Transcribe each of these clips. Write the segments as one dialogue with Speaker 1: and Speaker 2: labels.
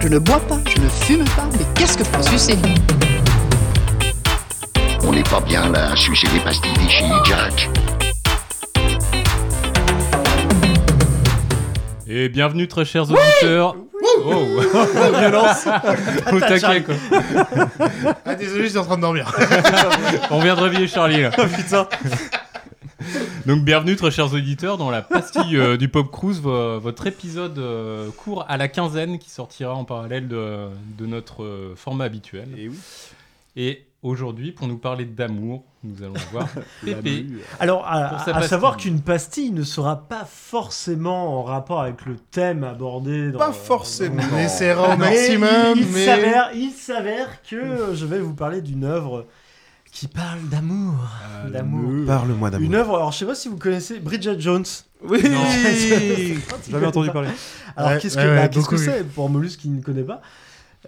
Speaker 1: je ne bois pas, je ne fume pas, mais qu'est-ce que pour sucer
Speaker 2: On n'est pas bien là à sucer des pastilles chez Jack.
Speaker 3: Et bienvenue très chers auditeurs. Oh, la violence au
Speaker 4: Attends,
Speaker 3: taquet
Speaker 4: Charlie.
Speaker 3: quoi.
Speaker 4: Ah, désolé, j'étais en train de dormir.
Speaker 3: On vient de réveiller Charlie là.
Speaker 4: Putain.
Speaker 3: Donc bienvenue très chers auditeurs dans la pastille euh, du Pop Cruise, vo- votre épisode euh, court à la quinzaine qui sortira en parallèle de, de notre euh, format habituel.
Speaker 5: Et oui.
Speaker 3: Et aujourd'hui pour nous parler d'amour, nous allons voir Pépé.
Speaker 4: Alors,
Speaker 3: Pour
Speaker 4: à,
Speaker 3: sa
Speaker 4: à
Speaker 3: pastille.
Speaker 4: savoir qu'une pastille ne sera pas forcément en rapport avec le thème abordé. Dans,
Speaker 5: Pas forcément.
Speaker 4: dans-
Speaker 5: On
Speaker 4: Non,
Speaker 5: essaiera au
Speaker 4: mais
Speaker 5: maximum,
Speaker 4: il- il
Speaker 5: mais.
Speaker 4: s'avère- il s'avère que euh, je vais vous parler d'une œuvre qui parle d'amour. d'amour.
Speaker 6: Parle-moi
Speaker 4: Une
Speaker 6: d'amour.
Speaker 4: œuvre, alors je sais pas si vous connaissez Bridget Jones.
Speaker 5: Oui
Speaker 6: J'avais entendu parler.
Speaker 4: Alors
Speaker 5: Ouais,
Speaker 4: qu'est-ce
Speaker 5: ouais,
Speaker 4: que
Speaker 5: ouais,
Speaker 4: bah, qu'est-ce
Speaker 5: beaucoup
Speaker 4: que
Speaker 5: vu.
Speaker 4: c'est pour Molus qui ne connaît pas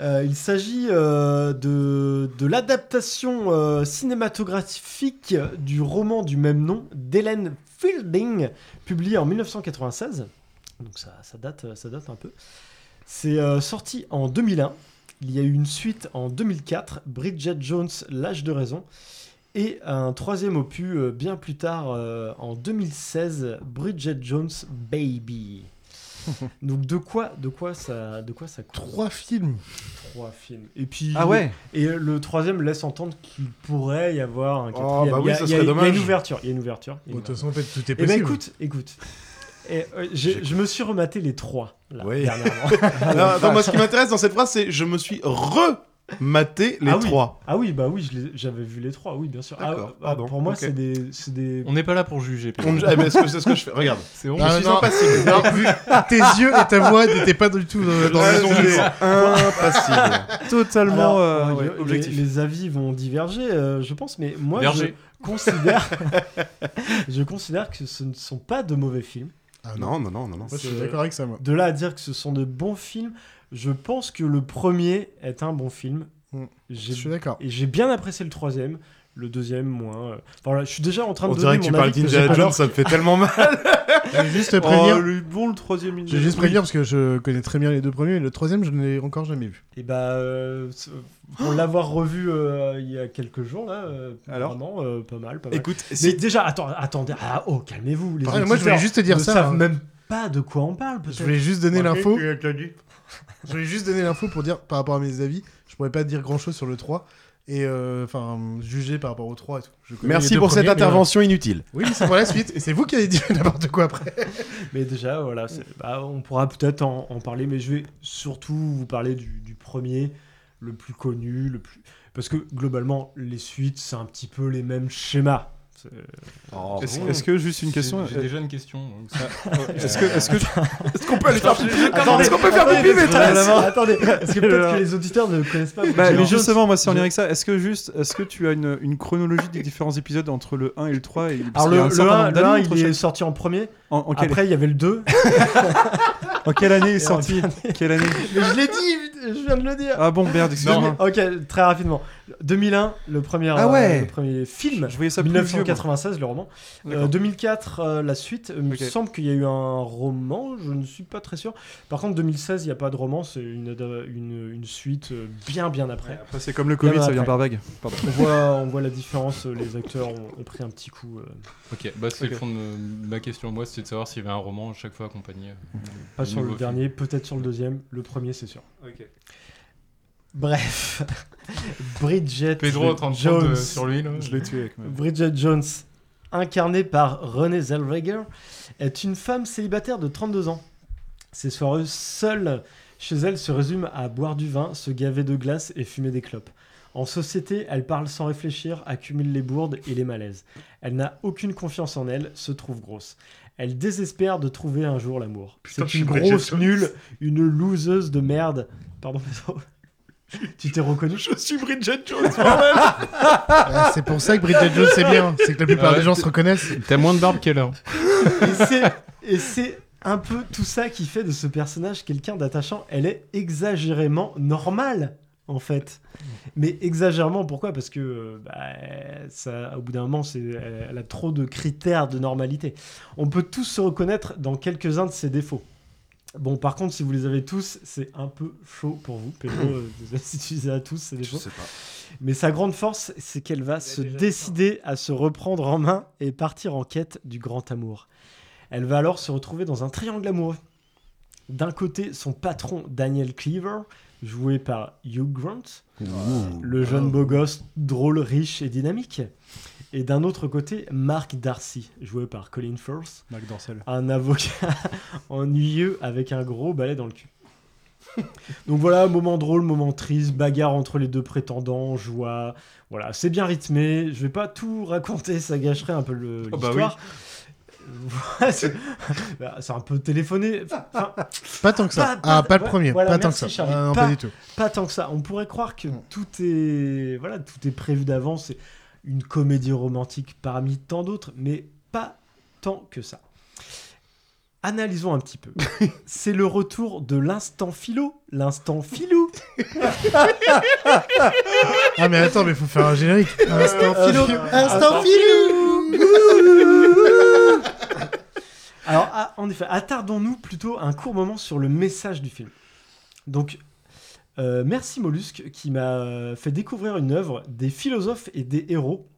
Speaker 4: Euh, Il s'agit euh, de, de l'adaptation euh, cinématographique du roman du même nom d'Helen Fielding, publié en 1996. Donc ça, ça, date, ça date un peu. C'est euh, sorti en 2001. Il y a eu une suite en 2004, Bridget Jones, L'âge de raison, et un troisième opus euh, bien plus tard euh, en 2016, Bridget Jones, Baby. Donc de quoi, de quoi ça, de quoi ça coûte
Speaker 5: Trois films.
Speaker 4: trois films. Et puis
Speaker 6: Ah ouais
Speaker 4: Et le troisième laisse entendre qu'il pourrait y avoir un quatrième.
Speaker 5: bah oui,
Speaker 4: Il y a-
Speaker 5: ça
Speaker 4: il y a-
Speaker 5: serait
Speaker 4: Il y a
Speaker 5: dommage.
Speaker 4: une ouverture. Il y a une ouverture. il y a
Speaker 5: Bon,
Speaker 4: une
Speaker 5: de toute
Speaker 4: ouverture.
Speaker 5: façon, en fait, tout est
Speaker 4: Eh
Speaker 5: Bah, possible.
Speaker 4: ben écoute, écoute. Et, euh, j'ai- je me suis rematé les trois là,
Speaker 5: Oui.
Speaker 4: dernièrement.
Speaker 5: Alors, attends, Ah, moi, ce qui m'intéresse dans cette phrase, c'est je me suis rematé les
Speaker 4: Ah oui.
Speaker 5: trois.
Speaker 4: Ah oui, bah oui, je les- j'avais vu les trois, oui, bien sûr. Ah,
Speaker 5: D'accord,
Speaker 4: ah,
Speaker 5: pardon,
Speaker 4: pour moi,
Speaker 5: ok.
Speaker 4: c'est des, c'est des.
Speaker 3: On n'est pas là pour juger Pépé.
Speaker 5: On- eh ben, est-ce que c'est ce que je fais Regarde.
Speaker 3: C'est bon.
Speaker 5: je suis impassible.
Speaker 6: Tes yeux et ta voix n'étaient pas du tout dans,
Speaker 5: Dans le Impassible.
Speaker 6: Totalement
Speaker 4: Alors,
Speaker 6: euh,
Speaker 4: euh,
Speaker 6: ouais,
Speaker 4: les-
Speaker 6: objectif.
Speaker 4: Les, avis vont diverger, euh, je pense, mais moi,
Speaker 3: Verger.
Speaker 4: je considère, je considère que ce ne sont pas de mauvais films.
Speaker 5: Ah
Speaker 6: Non, non, non, non. non.
Speaker 5: Moi, je suis d'accord avec ça, moi.
Speaker 4: De là à dire que ce sont de bons films, je pense que le premier est un bon film.
Speaker 5: Mm. Je
Speaker 4: J'ai-
Speaker 5: suis d'accord.
Speaker 4: Et j'ai bien apprécié le troisième, le deuxième moins. euh. Enfin, voilà, je suis déjà en train
Speaker 6: On
Speaker 4: de donner
Speaker 6: dirait que
Speaker 4: mon
Speaker 6: tu parles
Speaker 4: avis que
Speaker 6: d'Indiana
Speaker 4: j'ai-
Speaker 6: Jones,
Speaker 4: alors-
Speaker 6: ça me fait tellement mal.
Speaker 7: Je vais juste prévenir.
Speaker 6: Oh, le, bon, le troisième
Speaker 7: Je vais juste prévenir parce que je connais très bien les deux premiers, et le troisième, je ne l'ai encore jamais vu.
Speaker 4: Et bah, euh, ce- pour l'avoir revu euh, il y a quelques jours, là, euh,
Speaker 6: Alors
Speaker 4: vraiment, euh, pas mal, pas mal.
Speaker 6: Écoute,
Speaker 4: Mais
Speaker 6: si...
Speaker 4: déjà, attends, attendez, ah, oh, calmez-vous. Les
Speaker 7: Ah, moi, je voulais
Speaker 4: auditeurs
Speaker 7: juste te dire
Speaker 4: ne
Speaker 7: ça,
Speaker 4: savent
Speaker 7: hein.
Speaker 4: même pas de quoi on parle, peut-être.
Speaker 7: Je voulais juste donner l'info.
Speaker 5: Moi,
Speaker 7: Je voulais juste donner l'info pour dire par rapport à mes avis. Je pourrais pas dire grand chose sur le 3 et euh, enfin juger par rapport au 3 et tout. Je connais les
Speaker 6: Merci
Speaker 7: deux
Speaker 6: pour cette
Speaker 7: premiers, mais voilà.
Speaker 6: intervention inutile.
Speaker 7: Oui, mais c'est pour la suite. Et c'est vous qui avez dit n'importe quoi après.
Speaker 4: Mais déjà, voilà, c'est- bah, on pourra peut-être en, en parler, mais je vais surtout vous parler du, du premier, le plus connu, le plus... Parce que, globalement, les suites, c'est un petit peu les mêmes schémas. C'est-
Speaker 6: Est-ce est-ce que juste une
Speaker 3: J'ai-
Speaker 6: question
Speaker 3: Oh,
Speaker 6: euh,
Speaker 3: J'ai déjà une question. donc ça- oh,
Speaker 6: Est-ce que, est-ce que
Speaker 4: Attendez,
Speaker 6: est-ce qu'on peut faire
Speaker 4: attendez,
Speaker 6: pipi,
Speaker 4: parce que-
Speaker 6: maîtresse
Speaker 4: Attendez, parce que peut-être que les auditeurs ne connaissent pas...
Speaker 6: Bah,
Speaker 4: Bridget
Speaker 6: mais
Speaker 4: Jones.
Speaker 6: justement, moi, c'est en lien
Speaker 4: je-
Speaker 6: avec ça. Est-ce que juste, est-ce que tu as une, une chronologie des différents épisodes entre le 1 et le 3 et, parce
Speaker 4: Alors,
Speaker 6: qu'il y a
Speaker 4: le,
Speaker 6: un
Speaker 4: le
Speaker 6: certain
Speaker 4: un-
Speaker 6: nombre
Speaker 4: le
Speaker 6: d'années
Speaker 4: un,
Speaker 6: entre
Speaker 4: il est
Speaker 6: chaque-
Speaker 4: sorti en premier,
Speaker 6: en, en quelle,
Speaker 4: après, il y avait le 2.
Speaker 6: en quelle année est
Speaker 4: et en
Speaker 6: sorti Quelle année
Speaker 4: mais je l'ai dit, je viens de le dire
Speaker 6: Ah bon, merde, excuse-moi.
Speaker 4: Ok, très rapidement. 2001, le premier,
Speaker 6: Ah
Speaker 4: euh,
Speaker 6: ouais.
Speaker 4: le premier film.
Speaker 6: Je voyais ça plus vieux, moi.
Speaker 4: 1996, le roman. Euh,
Speaker 6: D'accord.
Speaker 4: 2004, euh, la suite. Il me
Speaker 6: Ok.
Speaker 4: semble qu'il y a eu un roman, je ne suis pas très sûr. Par contre, 2016, il n'y a pas de roman, c'est une, ada- une, une suite euh, bien, bien après.
Speaker 6: Après, c'est comme le Covid,
Speaker 4: Non, non,
Speaker 6: ça vient
Speaker 4: après.
Speaker 6: par vague. Pardon.
Speaker 4: On voit, on voit la différence, euh, les acteurs ont, ont pris un petit coup. euh,
Speaker 3: Ok, bah c'est le
Speaker 6: Ok.
Speaker 3: fond de ma question. Moi, c'était de savoir s'il y avait un roman à chaque fois accompagné. Le
Speaker 4: pas sur le
Speaker 3: nouveau
Speaker 4: dernier, peut-être sur le deuxième, le premier, c'est sûr. Bref, Bridget
Speaker 3: Pedro en train de prendre
Speaker 4: Jones.
Speaker 3: de- sur lui. Là.
Speaker 6: Je l'ai tué avec ma.
Speaker 4: Bridget Jones, incarnée par Renée Zellweger, est une femme célibataire de 32 ans. Ses soirées seules chez elle se résument à boire du vin, se gaver de glace et fumer des clopes. En société, elle parle sans réfléchir, accumule les bourdes et les malaises. Elle n'a aucune confiance en elle, se trouve grosse. Elle désespère de trouver un jour l'amour. C'est
Speaker 5: je
Speaker 4: une
Speaker 5: suis Bridget
Speaker 4: grosse
Speaker 5: Jones.
Speaker 4: nulle, une loseuse de merde. Pardon, Pedro. tu t'es reconnu
Speaker 5: Je suis Bridget Jones.
Speaker 6: Ah,
Speaker 7: Bah, c'est pour ça que Bridget Jones c'est bien. C'est que la plupart
Speaker 3: Ouais,
Speaker 7: des gens
Speaker 3: t'es-
Speaker 7: se reconnaissent.
Speaker 3: T'as moins de barbe qu'elle hein. a.
Speaker 4: Et c'est- Et c'est un peu tout ça qui fait de ce personnage quelqu'un d'attachant. Elle est exagérément normale, en fait. Mais exagérément, pourquoi Parce que, euh, bah, ça, au bout d'un moment, c'est, elle elle a trop de critères de normalité. On peut tous se reconnaître dans quelques-uns de ses défauts. Bon, par contre, si vous les avez tous, c'est un peu chaud pour vous. Pedro, euh, désolé si tu les as tous, c'est des
Speaker 5: Je
Speaker 4: choses.
Speaker 5: sais pas.
Speaker 4: Mais sa grande force, c'est qu'elle va se décider à se reprendre en main et partir en quête du grand amour. Elle va alors se retrouver dans un triangle amoureux. D'un côté, son patron Daniel Cleaver, joué par Hugh Grant, le jeune beau gosse drôle, riche et dynamique. Et d'un autre côté, Mark Darcy, joué par Colin Firth,
Speaker 6: Mac Dorcel.
Speaker 4: un avocat ennuyeux avec un gros balai dans le cul. Donc voilà, moment drôle, moment triste, bagarre entre les deux prétendants, joie. Voilà, c'est bien rythmé. Je vais pas tout raconter, ça gâcherait un peu le-
Speaker 3: Oh bah
Speaker 4: l'histoire. Voilà, c'est bah, c'est un peu téléphoné. Enfin,
Speaker 7: Pas tant que ça.
Speaker 4: Pas- pas-
Speaker 7: ah, pas le
Speaker 4: ouais,
Speaker 7: premier.
Speaker 4: voilà,
Speaker 7: pas tant que
Speaker 4: merci,
Speaker 7: ça.
Speaker 4: Charlie.
Speaker 7: Ah, non,
Speaker 4: Pas-
Speaker 7: pas du tout.
Speaker 4: pas tant que ça. On pourrait croire que tout est voilà, tout est prévu d'avance, c'est une comédie romantique parmi tant d'autres, mais pas tant que ça. Analysons un petit peu. c'est le retour de l'instant philo, l'instant filou.
Speaker 7: Ah, mais attends, mais faut faire un générique. Instant philo.
Speaker 4: Instant filou. Alors, à- en effet, attardons-nous plutôt un court moment sur le message du film. Donc, euh, merci Mollusque qui m'a fait découvrir une œuvre des philosophes et des héros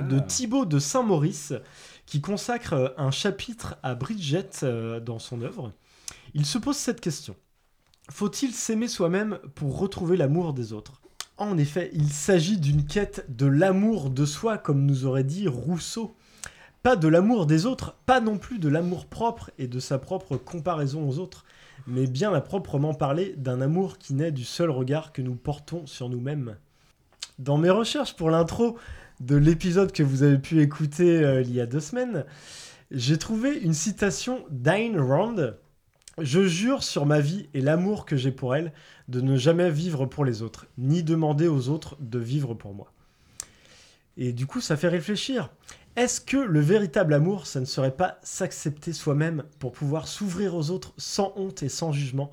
Speaker 4: de Thibaut de Saint-Maurice qui consacre euh, un chapitre à Bridget euh, dans son œuvre. Il se pose cette question. Faut-il s'aimer soi-même pour retrouver l'amour des autres En effet, il s'agit d'une quête de l'amour de soi, comme nous aurait dit Rousseau. Pas de l'amour des autres, pas non plus de l'amour propre et de sa propre comparaison aux autres, mais bien à proprement parler d'un amour qui naît du seul regard que nous portons sur nous-mêmes. Dans mes recherches pour l'intro de l'épisode que vous avez pu écouter euh, il y a deux semaines, j'ai trouvé une citation d'Ayn Rand. Je jure sur ma vie et l'amour que j'ai pour elle de ne jamais vivre pour les autres, ni demander aux autres de vivre pour moi. Et du coup, ça fait réfléchir. Est-ce que le véritable amour, ça ne serait pas s'accepter soi-même pour pouvoir s'ouvrir aux autres sans honte et sans jugement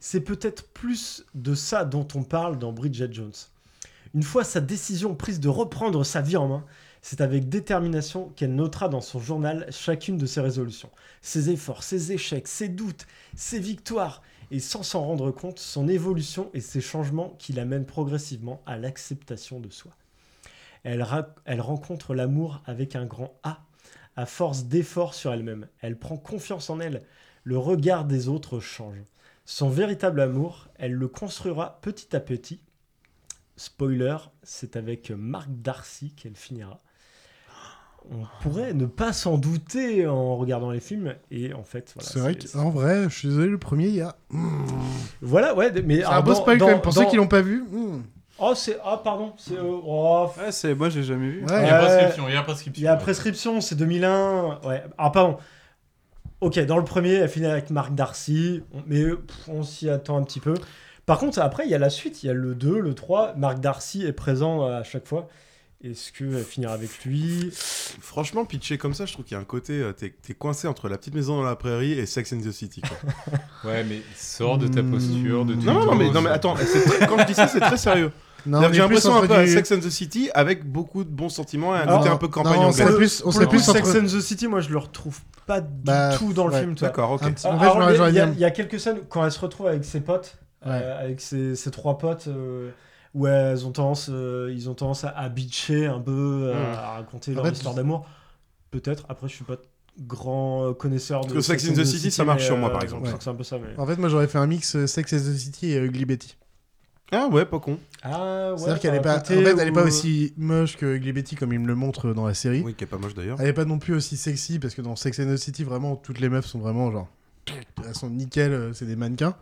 Speaker 4: C'est peut-être plus de ça dont on parle dans Bridget Jones. Une fois sa décision prise de reprendre sa vie en main, c'est avec détermination qu'elle notera dans son journal chacune de ses résolutions, ses efforts, ses échecs, ses doutes, ses victoires, et sans s'en rendre compte, son évolution et ses changements qui l'amènent progressivement à l'acceptation de soi. Elle, ra- elle rencontre l'amour avec un grand A, à force d'efforts sur elle-même. Elle prend confiance en elle, le regard des autres change. Son véritable amour, elle le construira petit à petit. Spoiler, c'est avec Marc Darcy qu'elle finira. On pourrait ne pas s'en douter en regardant les films, et en fait, voilà.
Speaker 7: c'est vrai qu'en vrai, je suis désolé, le premier, il y a. Hmm.
Speaker 4: Voilà, ouais, mais.
Speaker 7: C'est un
Speaker 4: alors,
Speaker 7: beau
Speaker 4: dans-
Speaker 7: spoil quand
Speaker 4: dans-
Speaker 7: même. Pour ceux
Speaker 4: dans-
Speaker 7: qui l'ont pas vu. hmm.
Speaker 4: Oh, c'est. Ah, pardon, c'est. euh, oh, f-
Speaker 6: Ouais, c'est moi j'ai jamais vu.
Speaker 3: Il y
Speaker 7: Ouais.
Speaker 3: a
Speaker 4: Ouais.
Speaker 3: prescription, il y a prescription.
Speaker 4: Il y a prescription, c'est 2001. Ouais, ah, pardon. Ok, dans le premier, elle finit avec Marc Darcy, on- mais euh, pff, on s'y attend un petit peu. Par contre, après, il y a la suite, il y a le 2, le 3. Marc Darcy est présent à chaque fois. Est-ce qu'elle finira avec lui
Speaker 5: Franchement, pitché comme ça, je trouve qu'il y a un côté. euh, T'es t'es coincé entre la petite maison dans la prairie et Sex and the City. quoi.
Speaker 3: Ouais, mais sors de ta
Speaker 7: Mm.
Speaker 3: posture, de tes
Speaker 5: Non, non, non, mais,
Speaker 3: poses.
Speaker 5: non, mais attends, c'est très- quand je dis ça, c'est très sérieux.
Speaker 7: Non, on est
Speaker 5: J'ai l'impression
Speaker 7: plus
Speaker 5: un peu
Speaker 7: entre
Speaker 5: à
Speaker 7: du-
Speaker 5: Sex and the City avec beaucoup de bons sentiments et un
Speaker 4: Alors,
Speaker 5: côté un peu campagne
Speaker 7: non, on serait
Speaker 5: anglaise.
Speaker 7: plus, on
Speaker 4: Pour
Speaker 7: serait
Speaker 4: le coup,
Speaker 7: plus entre-
Speaker 4: Sex and the City, moi, je le retrouve pas du
Speaker 7: Bah,
Speaker 4: tout dans le
Speaker 7: ouais,
Speaker 4: film, toi.
Speaker 5: D'accord, ok.
Speaker 7: un petit-
Speaker 4: Ah,
Speaker 7: En fait, je
Speaker 4: alors, il
Speaker 7: me
Speaker 4: y a-
Speaker 7: rejoins
Speaker 4: il y, a-
Speaker 7: Liam.
Speaker 4: il y a quelques scènes quand elle se retrouve avec ses potes, euh, avec ses, ses trois potes, euh, où elles ont tendance, euh, ils ont tendance à, à bitcher un peu, à-
Speaker 5: Mm.
Speaker 4: à raconter
Speaker 7: En
Speaker 4: leur
Speaker 7: fait,
Speaker 4: histoire d'amour. Peut-être. Après, je suis pas grand euh, connaisseur de
Speaker 5: Parce que Sex and the City, ça marche
Speaker 4: mais,
Speaker 5: sur moi,
Speaker 4: euh,
Speaker 5: par
Speaker 4: je
Speaker 5: exemple.
Speaker 4: pense
Speaker 7: Ouais.
Speaker 4: que C'est un peu ça, mais.
Speaker 7: En fait, moi, j'aurais fait un mix euh, Sex and the City et Ugly Betty.
Speaker 5: Ah ouais, pas con.
Speaker 4: Ah, ouais,
Speaker 7: C'est-à-dire qu'elle
Speaker 4: t'as
Speaker 7: est
Speaker 4: un
Speaker 7: pas, en
Speaker 4: côté
Speaker 7: fait, elle est pas
Speaker 4: où-
Speaker 7: aussi moche que Ugly Betty comme il me le montre dans la série.
Speaker 5: Oui, qui est pas moche d'ailleurs.
Speaker 7: Elle est pas non plus aussi sexy parce que dans Sex and the City, vraiment, toutes les meufs sont vraiment genre. Elles sont nickel, euh, c'est des mannequins.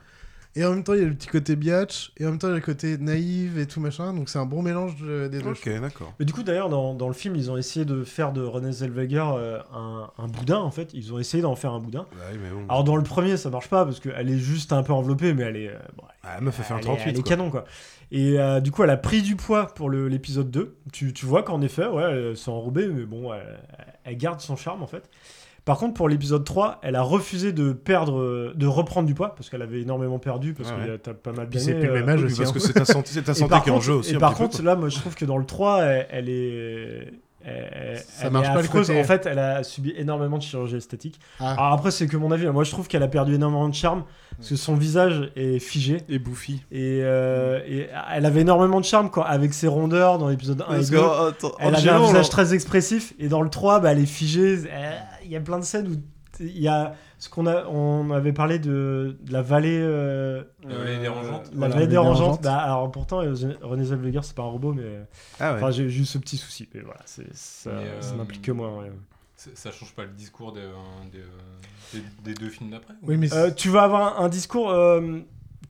Speaker 7: Et en même temps, il y a le petit côté biatch, et en même temps, il y a le côté naïve et tout machin. Donc, c'est un bon mélange euh, des deux.
Speaker 5: Ok, d'accord.
Speaker 4: Mais du coup, d'ailleurs, dans, dans le film, ils ont essayé de faire de René Zellweger euh, un, un boudin, en fait. Ils ont essayé d'en faire un boudin.
Speaker 5: Ouais, mais bon.
Speaker 4: Alors, dans le premier, ça marche pas parce qu'elle est juste un peu enveloppée, mais elle est. euh, bon,
Speaker 5: Ah, la meuf a fait un
Speaker 4: Elle est-
Speaker 5: 38.
Speaker 4: Elle est
Speaker 5: quoi.
Speaker 4: canon, quoi. Et euh, du coup, elle a pris du poids pour le- l'épisode 2. Tu, tu vois qu'en effet, ouais, elle s'est enrobée, mais bon, elle, elle garde son charme, en fait. Par contre, pour l'épisode 3, elle a refusé de perdre, euh, de reprendre du poids, parce qu'elle avait énormément perdu, parce
Speaker 5: Ah
Speaker 4: que
Speaker 5: ouais.
Speaker 4: y a- t'as pas mal
Speaker 7: Puis
Speaker 4: bien
Speaker 7: c'est plus le même âge
Speaker 5: Oui,
Speaker 7: aussi.
Speaker 5: parce
Speaker 7: hein.
Speaker 5: que c'est ta santé, c'est ta
Speaker 4: et
Speaker 5: santé
Speaker 4: par
Speaker 5: qui est en
Speaker 4: contre-
Speaker 5: jeu aussi.
Speaker 4: Et
Speaker 5: un
Speaker 4: par
Speaker 5: petit peu,
Speaker 4: contre, là, moi, je trouve que dans le 3, elle, elle est. euh,
Speaker 7: Ça
Speaker 4: elle est
Speaker 7: marche pas, le
Speaker 4: affreuse.
Speaker 7: côté-
Speaker 4: En fait, elle a subi énormément de chirurgie esthétique.
Speaker 7: Ah.
Speaker 4: Alors après, c'est que mon avis. hein. Moi, je trouve qu'elle a perdu énormément de charme parce que son visage est figé
Speaker 6: Et Bouffi.
Speaker 4: et, euh, et elle avait énormément de charme quand, avec ses rondeurs dans l'épisode 1 et
Speaker 5: Parce
Speaker 4: 2.
Speaker 5: que, oh, attends,
Speaker 4: Ah, Elle avait
Speaker 5: Angelo,
Speaker 4: un
Speaker 5: on
Speaker 6: euh,
Speaker 4: visage
Speaker 5: l'a-
Speaker 4: très expressif et dans le 3, bah, elle est figée. Euh, Il y a plein de scènes où t- il y a ce qu'on a, on avait parlé de, de la vallée. euh,
Speaker 3: La vallée dérangeante.
Speaker 4: La
Speaker 7: Voilà,
Speaker 4: vallée
Speaker 7: la
Speaker 4: dérangeante.
Speaker 7: dérangeante.
Speaker 4: Bah, alors pourtant, euh, René Zellweger, c'est pas un robot, mais euh,
Speaker 5: Ah ouais.
Speaker 4: enfin, j'ai j'ai eu ce petit souci. Mais voilà, c'est- ça,
Speaker 3: Mais, euh,
Speaker 4: ça n'implique que moi. ouais.
Speaker 3: Ça ça change pas le discours des, euh, des, euh, des- des deux films d'après ou-
Speaker 7: Oui, mais
Speaker 4: Euh, tu vas avoir un, un discours euh,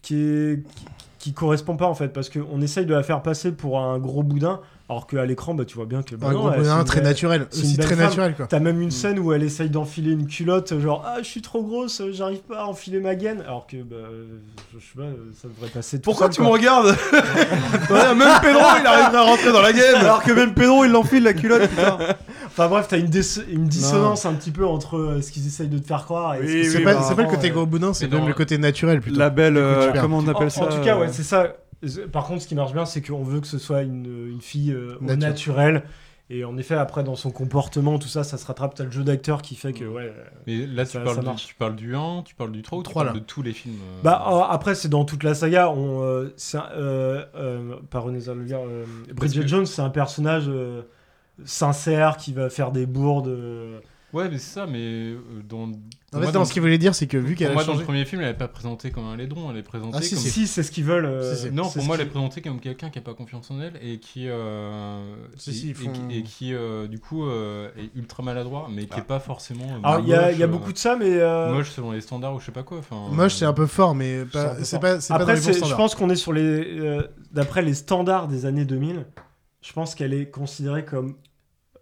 Speaker 4: qui, est, qui, qui correspond pas en fait, parce qu'on essaye de la faire passer pour un gros boudin, alors qu'à l'écran, bah, tu vois bien que. bah
Speaker 7: un
Speaker 4: non,
Speaker 7: gros
Speaker 4: elle,
Speaker 7: bonheur
Speaker 4: c'est une
Speaker 7: très
Speaker 4: vraie-
Speaker 7: naturel. Mm.
Speaker 4: c'est une
Speaker 7: Aussi
Speaker 4: belle
Speaker 7: très
Speaker 4: femme.
Speaker 7: naturel, quoi.
Speaker 4: T'as même une scène où elle essaye d'enfiler une culotte, genre ah je suis trop grosse, euh, j'arrive pas à enfiler ma gaine, alors que bah euh, je je sais pas, euh, ça devrait passer. tout
Speaker 5: Pourquoi
Speaker 4: seul,
Speaker 5: tu me
Speaker 4: quoi.
Speaker 5: regardes Ouais, Même Pedro, il arriverait à rentrer dans la game
Speaker 6: Alors que même Pedro, il l'enfile la culotte, putain.
Speaker 4: Enfin bref, t'as une, dis- une dissonance un petit peu entre euh, ce qu'ils essayent de te faire croire et
Speaker 6: Oui,
Speaker 4: ce que
Speaker 6: oui,
Speaker 4: c'est.
Speaker 7: C'est
Speaker 6: mais
Speaker 7: pas,
Speaker 6: bah,
Speaker 7: c'est pas le
Speaker 6: vraiment,
Speaker 7: côté
Speaker 4: euh,
Speaker 7: gros boudin, c'est
Speaker 3: mais dans-
Speaker 7: même le côté naturel plutôt.
Speaker 6: La belle, euh,
Speaker 7: Tu perds.
Speaker 6: comment on
Speaker 4: En,
Speaker 6: appelle
Speaker 4: en
Speaker 6: ça
Speaker 4: tout cas,
Speaker 6: euh,
Speaker 4: ouais, c'est ça. C'est- Par contre, ce qui marche bien, c'est qu'on veut que ce soit une, une fille euh, au
Speaker 7: Nature.
Speaker 4: naturel. Et en effet, après, dans son comportement, tout ça, ça se rattrape. T'as le jeu d'acteur qui fait que,
Speaker 7: Mm.
Speaker 4: ouais. euh,
Speaker 3: Mais là, tu,
Speaker 4: Ça-
Speaker 3: parles
Speaker 4: ça
Speaker 3: du,
Speaker 4: marche.
Speaker 3: tu parles du 1, tu parles du 3 ou tu
Speaker 7: Trois,
Speaker 3: parles
Speaker 7: là.
Speaker 3: de tous les films euh,
Speaker 4: Bah, euh, après, c'est dans toute la saga. On, euh, c'est un- euh, euh, pas Renée Zellweger, euh, Bridget
Speaker 3: que-
Speaker 4: Jones, c'est un personnage euh, sincère qui va faire des bourdes. euh,
Speaker 3: Ouais, mais c'est ça, mais euh, dans.
Speaker 7: En
Speaker 3: moi,
Speaker 7: fait,
Speaker 3: dans-
Speaker 7: non, ce qu'il voulait dire, c'est que vu
Speaker 3: Pour
Speaker 7: qu'elle
Speaker 3: moi,
Speaker 7: a
Speaker 3: dans le
Speaker 7: changé.
Speaker 3: premier film, elle n'est pas présentée comme un laidron, elle est présentée
Speaker 7: Ah, si,
Speaker 3: comme.
Speaker 7: si.
Speaker 4: Si, c'est ce qu'ils veulent. euh,
Speaker 7: Si, si.
Speaker 3: Non,
Speaker 4: c'est
Speaker 3: pour
Speaker 4: ce
Speaker 3: moi, elle est
Speaker 4: qu'ils-
Speaker 3: présentée comme quelqu'un qui n'a pas confiance en elle et qui. euh,
Speaker 7: Si,
Speaker 3: et,
Speaker 7: si, ils
Speaker 3: et qui-
Speaker 7: font-
Speaker 3: et qui, euh, du coup, euh, est ultra maladroit, mais qui n'est pas forcément. euh,
Speaker 4: Alors, Ah, il y a, il y a
Speaker 3: moche,
Speaker 4: beaucoup de ça, mais.
Speaker 3: euh,
Speaker 4: euh,
Speaker 3: Moche selon les standards ou je sais pas quoi. enfin,
Speaker 7: Moche, c'est
Speaker 3: euh,
Speaker 7: un peu fort, mais
Speaker 4: C'est un
Speaker 7: pas-
Speaker 4: peu
Speaker 7: c'est
Speaker 4: fort.
Speaker 7: pas, c'est pas dans
Speaker 4: Après,
Speaker 7: les bons
Speaker 4: c'est- je
Speaker 7: standards.
Speaker 4: pense qu'on est sur les. euh, D'après les standards des années 2000, je pense qu'elle est considérée comme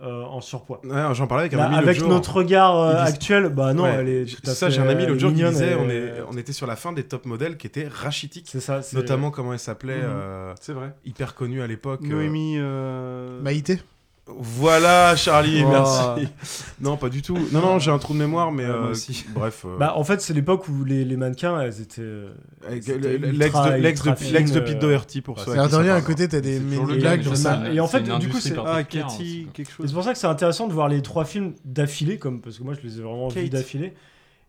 Speaker 4: euh, en surpoids.
Speaker 5: Ouais, J'en parlais avec un
Speaker 4: Là,
Speaker 5: ami l'autre
Speaker 4: avec
Speaker 5: jour.
Speaker 4: notre regard euh,
Speaker 5: Il dis-
Speaker 4: actuel, bah non,
Speaker 5: Ouais.
Speaker 4: elle est. tout à
Speaker 5: Ça,
Speaker 4: fait-
Speaker 5: j'ai un ami
Speaker 4: elle
Speaker 5: l'autre
Speaker 4: est
Speaker 5: jour qui
Speaker 4: mignonne,
Speaker 5: disait
Speaker 4: elle
Speaker 5: on,
Speaker 4: est-
Speaker 5: est, on était sur la fin des top modèles qui étaient rachitiques.
Speaker 4: C'est ça. c'est-
Speaker 5: Notamment, comment elle s'appelait,
Speaker 4: Mhm.
Speaker 5: euh,
Speaker 6: C'est vrai.
Speaker 5: hyper connue à l'époque. euh,
Speaker 6: Noémie. euh,
Speaker 7: Maïté
Speaker 5: Voilà, Charlie,
Speaker 6: Oh.
Speaker 5: merci. Non, pas du tout. Non, non, j'ai un trou de mémoire, mais.
Speaker 6: Ouais, moi
Speaker 5: euh,
Speaker 6: aussi.
Speaker 5: Bref. euh,
Speaker 4: Bah, en fait, c'est l'époque où les, les mannequins, elles étaient. euh,
Speaker 5: avec
Speaker 4: c'était
Speaker 5: le- le-
Speaker 4: ultra-
Speaker 5: L'ex de, l'ex de,
Speaker 4: ultra fine,
Speaker 5: l'ex de
Speaker 4: euh,
Speaker 5: Pete Doherty pour
Speaker 3: bah,
Speaker 5: ceux
Speaker 7: C'est à
Speaker 5: qui ça
Speaker 7: rien à
Speaker 5: parle.
Speaker 7: côté, t'as des
Speaker 3: c'est toujours
Speaker 7: mini
Speaker 3: le
Speaker 7: blagues
Speaker 3: cas,
Speaker 7: dans
Speaker 3: mais
Speaker 7: ça.
Speaker 3: ça,
Speaker 4: Et en fait,
Speaker 3: une
Speaker 4: du
Speaker 3: industrie
Speaker 4: coup, c'est-
Speaker 6: Ah,
Speaker 3: particulière, hein, c'est
Speaker 6: Cathy,
Speaker 3: quoi.
Speaker 6: quelque
Speaker 4: Et c'est
Speaker 6: chose.
Speaker 4: pour ça que c'est intéressant de voir les trois films d'affilée, comme parce que moi, je les ai vraiment vus
Speaker 6: Kate.
Speaker 4: d'affilée.